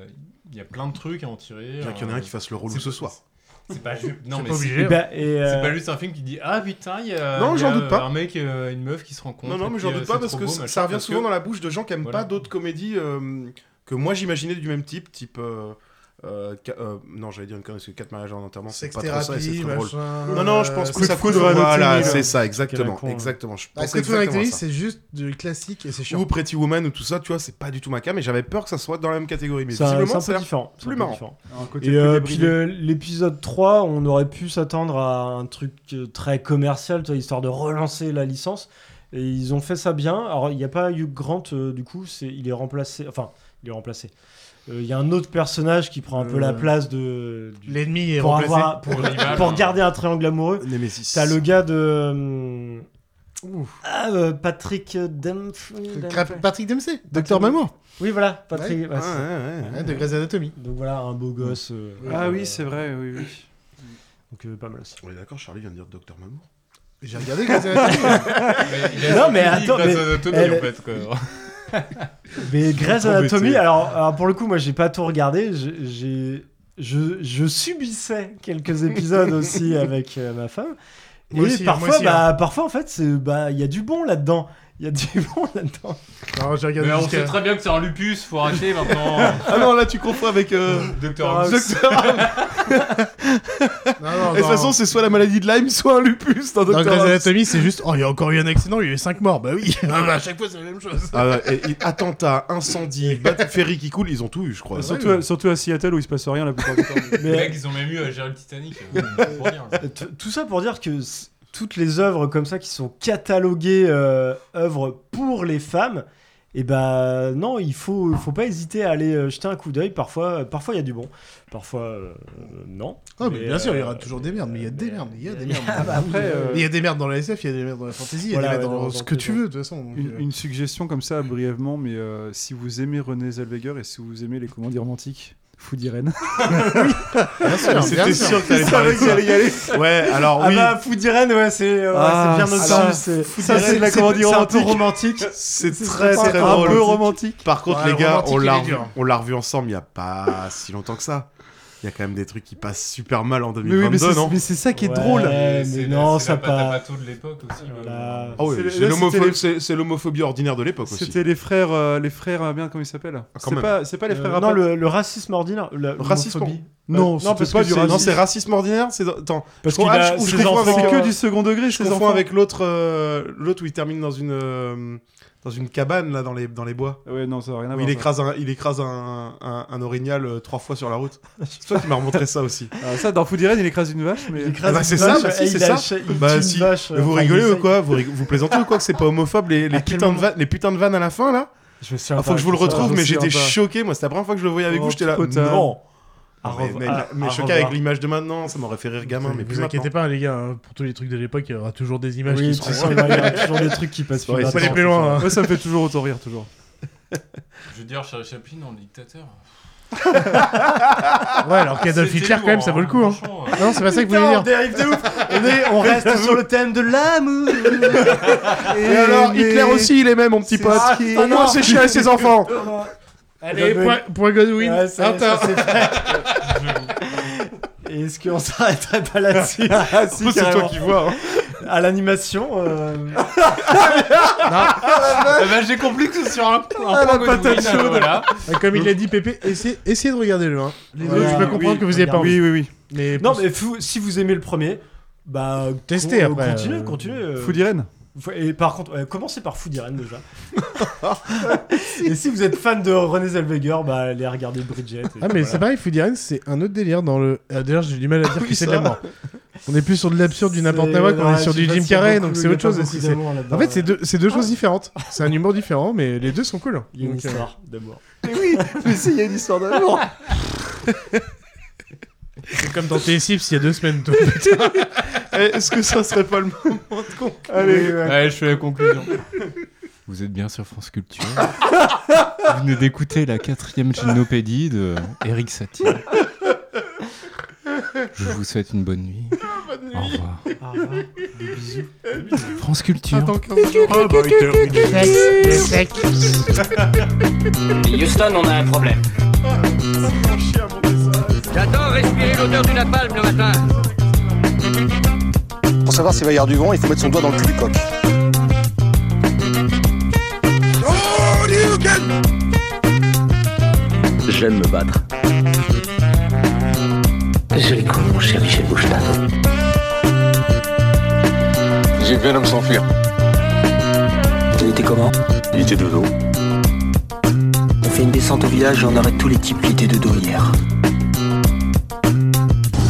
Speaker 3: il y a plein de trucs à en tirer. euh,
Speaker 5: Bien qu'il y en ait un qui fasse le rôle
Speaker 3: c'est-
Speaker 5: ce soir.
Speaker 3: C'est pas juste. Non mais
Speaker 7: pas
Speaker 3: c'est
Speaker 7: obligé.
Speaker 4: Et bah, et,
Speaker 3: c'est
Speaker 4: euh,
Speaker 3: pas juste un film qui dit ah putain il y a.
Speaker 5: Non,
Speaker 3: il y
Speaker 5: j'en
Speaker 3: a
Speaker 5: doute pas.
Speaker 3: Un mec, euh, une meuf qui se rencontre.
Speaker 5: Non, non,
Speaker 3: et
Speaker 5: mais
Speaker 3: puis,
Speaker 5: j'en
Speaker 3: euh, c'est
Speaker 5: doute pas parce
Speaker 3: trop
Speaker 5: que
Speaker 3: beau,
Speaker 5: ça-
Speaker 3: machin,
Speaker 5: ça revient
Speaker 3: parce que-
Speaker 5: souvent dans la bouche de gens qui aiment
Speaker 3: Voilà.
Speaker 5: pas d'autres comédies euh, que moi j'imaginais du même type, type. euh, euh, ca- euh, non, j'allais dire une connerie, parce que 4 mariages en enterrement, c'est
Speaker 7: Sex
Speaker 5: pas trop ça et c'est
Speaker 7: thérapie,
Speaker 5: très drôle.
Speaker 7: machin.
Speaker 5: Non, non, je pense
Speaker 7: euh,
Speaker 5: que ça
Speaker 6: coup
Speaker 5: coûte.
Speaker 6: de foudre à l'hôtel
Speaker 5: Voilà,
Speaker 6: Miller.
Speaker 5: c'est ça,
Speaker 4: Quel
Speaker 5: exactement.
Speaker 4: con, hein.
Speaker 5: exactement. Je
Speaker 7: Ah,
Speaker 5: pense
Speaker 7: C'est tout avec
Speaker 5: exactement
Speaker 7: les
Speaker 5: ça.
Speaker 7: c'est juste du classique et c'est chiant.
Speaker 5: ou Pretty Woman ou tout ça, tu vois, c'est pas du tout ma cam, mais j'avais peur que ça soit dans la même catégorie. Mais
Speaker 4: c'est un, c'est
Speaker 5: visiblement,
Speaker 4: un
Speaker 5: ça a
Speaker 4: peu
Speaker 5: l'air-
Speaker 4: différent. c'est un
Speaker 5: plus
Speaker 4: peu
Speaker 5: marrant.
Speaker 4: différent.
Speaker 6: Un côté
Speaker 4: Et
Speaker 6: plus
Speaker 4: euh, puis
Speaker 6: débridé.
Speaker 4: le- l'épisode 3, on aurait pu s'attendre à un truc euh, très commercial, tu vois, histoire de relancer la licence. Et ils ont fait ça bien. Alors, il n'y a pas Hugh Grant, euh, du coup, c'est il est remplacé. Enfin, il est remplacé. Euh, Il y a un autre personnage qui prend un peu
Speaker 7: Euh,
Speaker 4: la place de. du-
Speaker 7: L'ennemi est
Speaker 4: pour,
Speaker 7: remplacé.
Speaker 4: avoir- pour,
Speaker 3: Pour rival,
Speaker 4: pour
Speaker 3: hein.
Speaker 4: garder un triangle amoureux.
Speaker 5: Nemesis.
Speaker 4: T'as le gars de. euh,
Speaker 7: Ouh.
Speaker 4: ah, euh, Patrick Dempsey.
Speaker 7: Crap- Patrick Dempsey, Docteur
Speaker 4: Patrick-
Speaker 7: Mamour,
Speaker 4: Oui, voilà, Patrick.
Speaker 5: Ouais, Ah,
Speaker 4: ouais,
Speaker 5: ouais,
Speaker 4: c'est-
Speaker 5: ouais, ouais.
Speaker 7: hein, de Grey's Anatomy.
Speaker 4: Donc voilà, un beau gosse. euh,
Speaker 6: Ah
Speaker 4: euh,
Speaker 6: oui, c'est vrai, oui, oui.
Speaker 4: Donc euh, pas mal aussi.
Speaker 5: On est d'accord, Charlie vient de dire Docteur Mamour.
Speaker 7: J'ai regardé Grey's Anatomy.
Speaker 3: Mais il a
Speaker 4: Non,
Speaker 3: son
Speaker 4: mais
Speaker 3: physique
Speaker 4: attends,
Speaker 3: grâce
Speaker 4: mais
Speaker 3: à l'anatomie,
Speaker 4: elle-
Speaker 3: en fait quoi.
Speaker 4: Mais Grey's
Speaker 5: trop
Speaker 4: Anatomy,
Speaker 5: bêté.
Speaker 4: alors, alors, pour le coup, moi j'ai pas tout regardé, j'ai- j'ai je, je subissais quelques épisodes aussi avec euh, ma femme.
Speaker 7: Moi
Speaker 4: et
Speaker 7: aussi, hein, moi
Speaker 4: parfois,
Speaker 7: aussi,
Speaker 4: bah, parfois en fait, c'est bah il y a du bon là-dedans. Il y a du bon là-dedans.
Speaker 7: Alors, j'ai regardé
Speaker 3: Mais on
Speaker 7: jusqu'à-
Speaker 3: sait très bien que c'est un lupus, faut arrêter maintenant.
Speaker 5: Ah non, là, tu confonds avec. euh,
Speaker 3: Docteur
Speaker 4: Ah,
Speaker 5: Dr. House. Et
Speaker 7: Non, non,
Speaker 5: de toute
Speaker 7: dans-
Speaker 5: façon, c'est soit la maladie de Lyme, soit un lupus dans
Speaker 7: Dans
Speaker 5: Dr.
Speaker 7: Grey's
Speaker 5: House.
Speaker 7: Anatomy, c'est juste, oh, il y a encore eu un accident, il y a eu 5 morts. Bah oui, à chaque fois, c'est la même chose.
Speaker 5: Ah ouais, et- et attentat, incendie, bateau ferry qui coule, ils ont tout eu, je crois.
Speaker 6: Surtout,
Speaker 7: euh,
Speaker 6: à, surtout à Seattle où il se passe rien la plupart du temps.
Speaker 3: Les
Speaker 4: Mais
Speaker 3: mecs, ils ont même eu à gérer le Titanic. C'est pour dire. hein.
Speaker 4: euh, t- tout ça pour dire que c- toutes les œuvres comme ça qui sont cataloguées euh, œuvres pour les femmes, et ben non, il faut, faut pas hésiter à aller euh, jeter un coup d'œil. Parfois, parfois il y a du bon, parfois euh, non.
Speaker 7: Ah, mais bien sûr, il y aura
Speaker 4: euh,
Speaker 7: toujours des merdes, mais il y a des merdes, il y a des merdes.
Speaker 4: Ah, bah, après, euh,
Speaker 7: Il y a des merdes dans la SF, il y a des merdes dans la fantasy, il y a
Speaker 4: Voilà,
Speaker 7: des merdes
Speaker 4: ouais,
Speaker 7: dans,
Speaker 4: dans-
Speaker 7: ce
Speaker 4: dans
Speaker 7: que
Speaker 4: tout
Speaker 7: tu
Speaker 4: ça.
Speaker 7: veux, de toute façon. donc,
Speaker 6: Une,
Speaker 7: euh,
Speaker 6: une suggestion comme ça, brièvement, mais euh, si vous aimez René Zellweger et si vous aimez les commandes romantiques, fou d'Irène.
Speaker 7: Bien sûr,
Speaker 5: C'était
Speaker 7: bien euh. Ah, sûr.
Speaker 5: sûr que t'allais parler de ça. Ouais, alors
Speaker 4: Ah
Speaker 5: oui,
Speaker 4: bah, Food Irene, ouais, c'est euh, ouais, c'est
Speaker 6: Ah,
Speaker 4: bien
Speaker 6: ça,
Speaker 4: notre dessus, c'est-
Speaker 6: ça, c'est de la comédie
Speaker 4: c'est un peu
Speaker 6: romantique.
Speaker 4: romantique.
Speaker 5: c'est
Speaker 4: c'est
Speaker 5: très
Speaker 4: sympa.
Speaker 5: très
Speaker 4: Un
Speaker 5: drôle.
Speaker 4: peu
Speaker 6: romantique.
Speaker 5: Par contre,
Speaker 7: Ouais,
Speaker 5: les gars,
Speaker 7: romantique,
Speaker 5: on
Speaker 7: il
Speaker 5: l'a
Speaker 7: est dur.
Speaker 5: on l'a revu ensemble il y a pas si longtemps que ça. Il y a quand même des trucs qui passent super mal en
Speaker 6: Mais oui, mais
Speaker 5: 2022,
Speaker 6: c'est
Speaker 5: non
Speaker 6: mais c'est ça qui est
Speaker 4: Ouais.
Speaker 6: drôle.
Speaker 4: mais
Speaker 3: C'est la-
Speaker 4: non,
Speaker 3: c'est
Speaker 4: ça
Speaker 3: la
Speaker 4: passe.
Speaker 3: patapato de l'époque aussi. euh,
Speaker 4: Voilà.
Speaker 5: Ah oui,
Speaker 6: C'est-
Speaker 5: c'est
Speaker 6: là,
Speaker 5: l'homopho-
Speaker 6: c'était les-
Speaker 5: c'est- c'est l'homophobie ordinaire de l'époque aussi.
Speaker 6: C'était les frères, euh, les frères, euh, merde, comment ils s'appellent
Speaker 5: Ah, quand
Speaker 6: C'est
Speaker 5: même.
Speaker 6: pas, c'est pas les frères.
Speaker 4: Euh, non,
Speaker 6: Rappel-
Speaker 4: le, le racisme ordinaire. le-
Speaker 5: Racisme.
Speaker 4: l'homophobie.
Speaker 6: non,
Speaker 5: Euh,
Speaker 6: c'était
Speaker 5: parce
Speaker 6: pas
Speaker 5: que
Speaker 6: du
Speaker 5: c'est- Non, c'est
Speaker 6: racisme.
Speaker 5: racisme ordinaire. C'est attends,
Speaker 4: Parce
Speaker 5: Je
Speaker 4: qu'il
Speaker 5: crois-
Speaker 4: a
Speaker 5: ah, je- je
Speaker 4: ses
Speaker 5: confonds
Speaker 4: enfants.
Speaker 5: avec
Speaker 6: C'est que du second degré
Speaker 5: je
Speaker 6: chez
Speaker 5: confonds
Speaker 6: enfants.
Speaker 5: avec l'autre, euh, l'autre où il termine dans une euh, dans une cabane là dans les dans les bois.
Speaker 6: Ah, Ouais, non, ça n'a rien à
Speaker 5: Où
Speaker 6: voir.
Speaker 5: il
Speaker 6: ça.
Speaker 5: écrase un il écrase un, un, un orignal euh, trois fois sur la route. C'est toi qui m'as remontré ça aussi.
Speaker 6: Ah, ça, dans Food Irene, il écrase une vache, mais.
Speaker 4: Il écrase
Speaker 5: bah, c'est
Speaker 4: une
Speaker 5: ça,
Speaker 4: vache,
Speaker 5: bah, si,
Speaker 4: et
Speaker 5: c'est
Speaker 4: il
Speaker 5: ça.
Speaker 4: lâche- il
Speaker 5: Bah,
Speaker 4: tue une
Speaker 5: si.
Speaker 4: vache, euh,
Speaker 5: Mais vous
Speaker 4: enfin, il
Speaker 5: rigolez ou
Speaker 4: essaye.
Speaker 5: quoi vous, rig- vous plaisantez ou quoi que c'est pas homophobe les, les
Speaker 4: À quel
Speaker 5: putains de
Speaker 4: moment
Speaker 5: vannes, les putains de vannes à la fin là
Speaker 4: Je me souviens
Speaker 5: Ah, Faut
Speaker 4: pas,
Speaker 5: que je vous le
Speaker 4: ça,
Speaker 5: retrouve
Speaker 6: je
Speaker 5: mais
Speaker 6: me souviens
Speaker 5: j'étais
Speaker 6: pas.
Speaker 5: choqué moi, c'est la première fois que je le voyais avec
Speaker 6: Oh,
Speaker 5: vous, j'étais
Speaker 6: petit
Speaker 5: là.
Speaker 6: potin.
Speaker 4: Non. À
Speaker 5: Ah, mais,
Speaker 4: rev-
Speaker 5: mais-
Speaker 4: à-
Speaker 5: mais
Speaker 4: à
Speaker 5: choqué
Speaker 4: revoir.
Speaker 5: avec l'image de maintenant, ça m'aurait fait rire gamin mais
Speaker 7: vous
Speaker 5: plus
Speaker 7: inquiétez
Speaker 5: maintenant.
Speaker 7: pas, les gars, hein, pour tous les trucs de l'époque, il y aura toujours des images
Speaker 4: Oui,
Speaker 7: qui
Speaker 4: de toute
Speaker 7: seront.
Speaker 4: façon, il y a toujours des trucs qui passent plus
Speaker 5: Ouais,
Speaker 7: Faut pas aller
Speaker 4: maintenant,
Speaker 7: plus loin. hein.
Speaker 6: Ouais, ça me fait toujours autant rire, toujours.
Speaker 3: Je veux dire, Charlie Chaplin en dictateur.
Speaker 7: Ouais, alors qu'Adolf
Speaker 3: C'était
Speaker 7: Hitler, quand
Speaker 3: lourd,
Speaker 7: même, ça vaut le coup. hein.
Speaker 3: franchement, euh,
Speaker 7: Non, c'est pas ça que vous
Speaker 4: Putain,
Speaker 7: voulez
Speaker 4: on
Speaker 7: dire.
Speaker 4: dérive de ouf on, est- on reste sur le thème de l'amour
Speaker 5: Et alors, Hitler aussi, il est même, mon petit
Speaker 4: C'est
Speaker 5: pote.
Speaker 4: ce qui est-
Speaker 5: Au
Speaker 7: Ah,
Speaker 5: moins, c'est chier avec ses enfants.
Speaker 7: Allez, point, point Godwin.
Speaker 4: Ouais, ça y est,
Speaker 7: Un tas.
Speaker 4: ça, c'est fait. Et Est-ce qu'on s'arrêterait pas là-dessus ah,
Speaker 5: Oh, c'est toi qui vois. hein.
Speaker 4: À l'animation, euh,
Speaker 3: Ah bah, J'ai compris que c'est sur un, un
Speaker 5: Ah,
Speaker 3: point Godwin, alors, voilà.
Speaker 7: Comme il l'a dit, Pépé, essayez, essayez de regarder le 1. Les
Speaker 4: Ouais,
Speaker 7: autres, je peux
Speaker 4: oui,
Speaker 7: comprendre que vous n'ayez pas envie.
Speaker 6: Oui, oui, oui.
Speaker 7: Mais
Speaker 4: non
Speaker 7: pour-
Speaker 4: mais fou- si vous aimez le premier, bah
Speaker 7: Testez
Speaker 4: con-
Speaker 7: après,
Speaker 4: Continuez,
Speaker 7: euh,
Speaker 4: continuez. euh,
Speaker 6: Food Irene
Speaker 4: Faut- Et par contre, euh, commencez par Food Irene déjà. et si vous êtes fan de René Zellweger, bah allez regarder Bridget.
Speaker 7: Ah, mais c'est pareil, Food Irene, c'est un autre délire dans le. Ah, D'ailleurs, j'ai du mal à dire que c'est de la mort. On est plus sur de l'absurde, du n'importe quoi, qu'on est sur du Jim Carrey, donc c'est autre chose aussi. c'est- En fait, c'est deux, c'est deux choses différentes. C'est un humour différent, mais les deux sont cool.
Speaker 4: Il y a une
Speaker 7: Donc, euh,
Speaker 4: histoire d'amour.
Speaker 6: Mais si, il y a une histoire d'amour
Speaker 7: C'est comme dans TSIPS il y a deux semaines. toi.
Speaker 5: Eh, Est-ce que ça serait pas le moment de con
Speaker 4: Allez,
Speaker 3: Allez, je fais la conclusion. Vous êtes bien sur France Culture. Vous venez d'écouter la quatrième gymnopédie de Eric Satie. Je vous souhaite une Ah, bonne nuit. Au revoir. France Culture.
Speaker 5: Oh, bah,
Speaker 9: Houston, on a un problème. J'adore respirer l'odeur du napalm le matin.
Speaker 10: Pour savoir s'il va y avoir du vent, il faut mettre son doigt dans le cul du coq.
Speaker 9: J'aime me battre. Je rigole, mon cher Michel Bouchetard.
Speaker 2: J'ai vu un homme s'enfuir.
Speaker 9: Il était comment
Speaker 2: Il était de dos.
Speaker 9: On fait une descente au village et on arrête tous les types qui étaient de dos hier.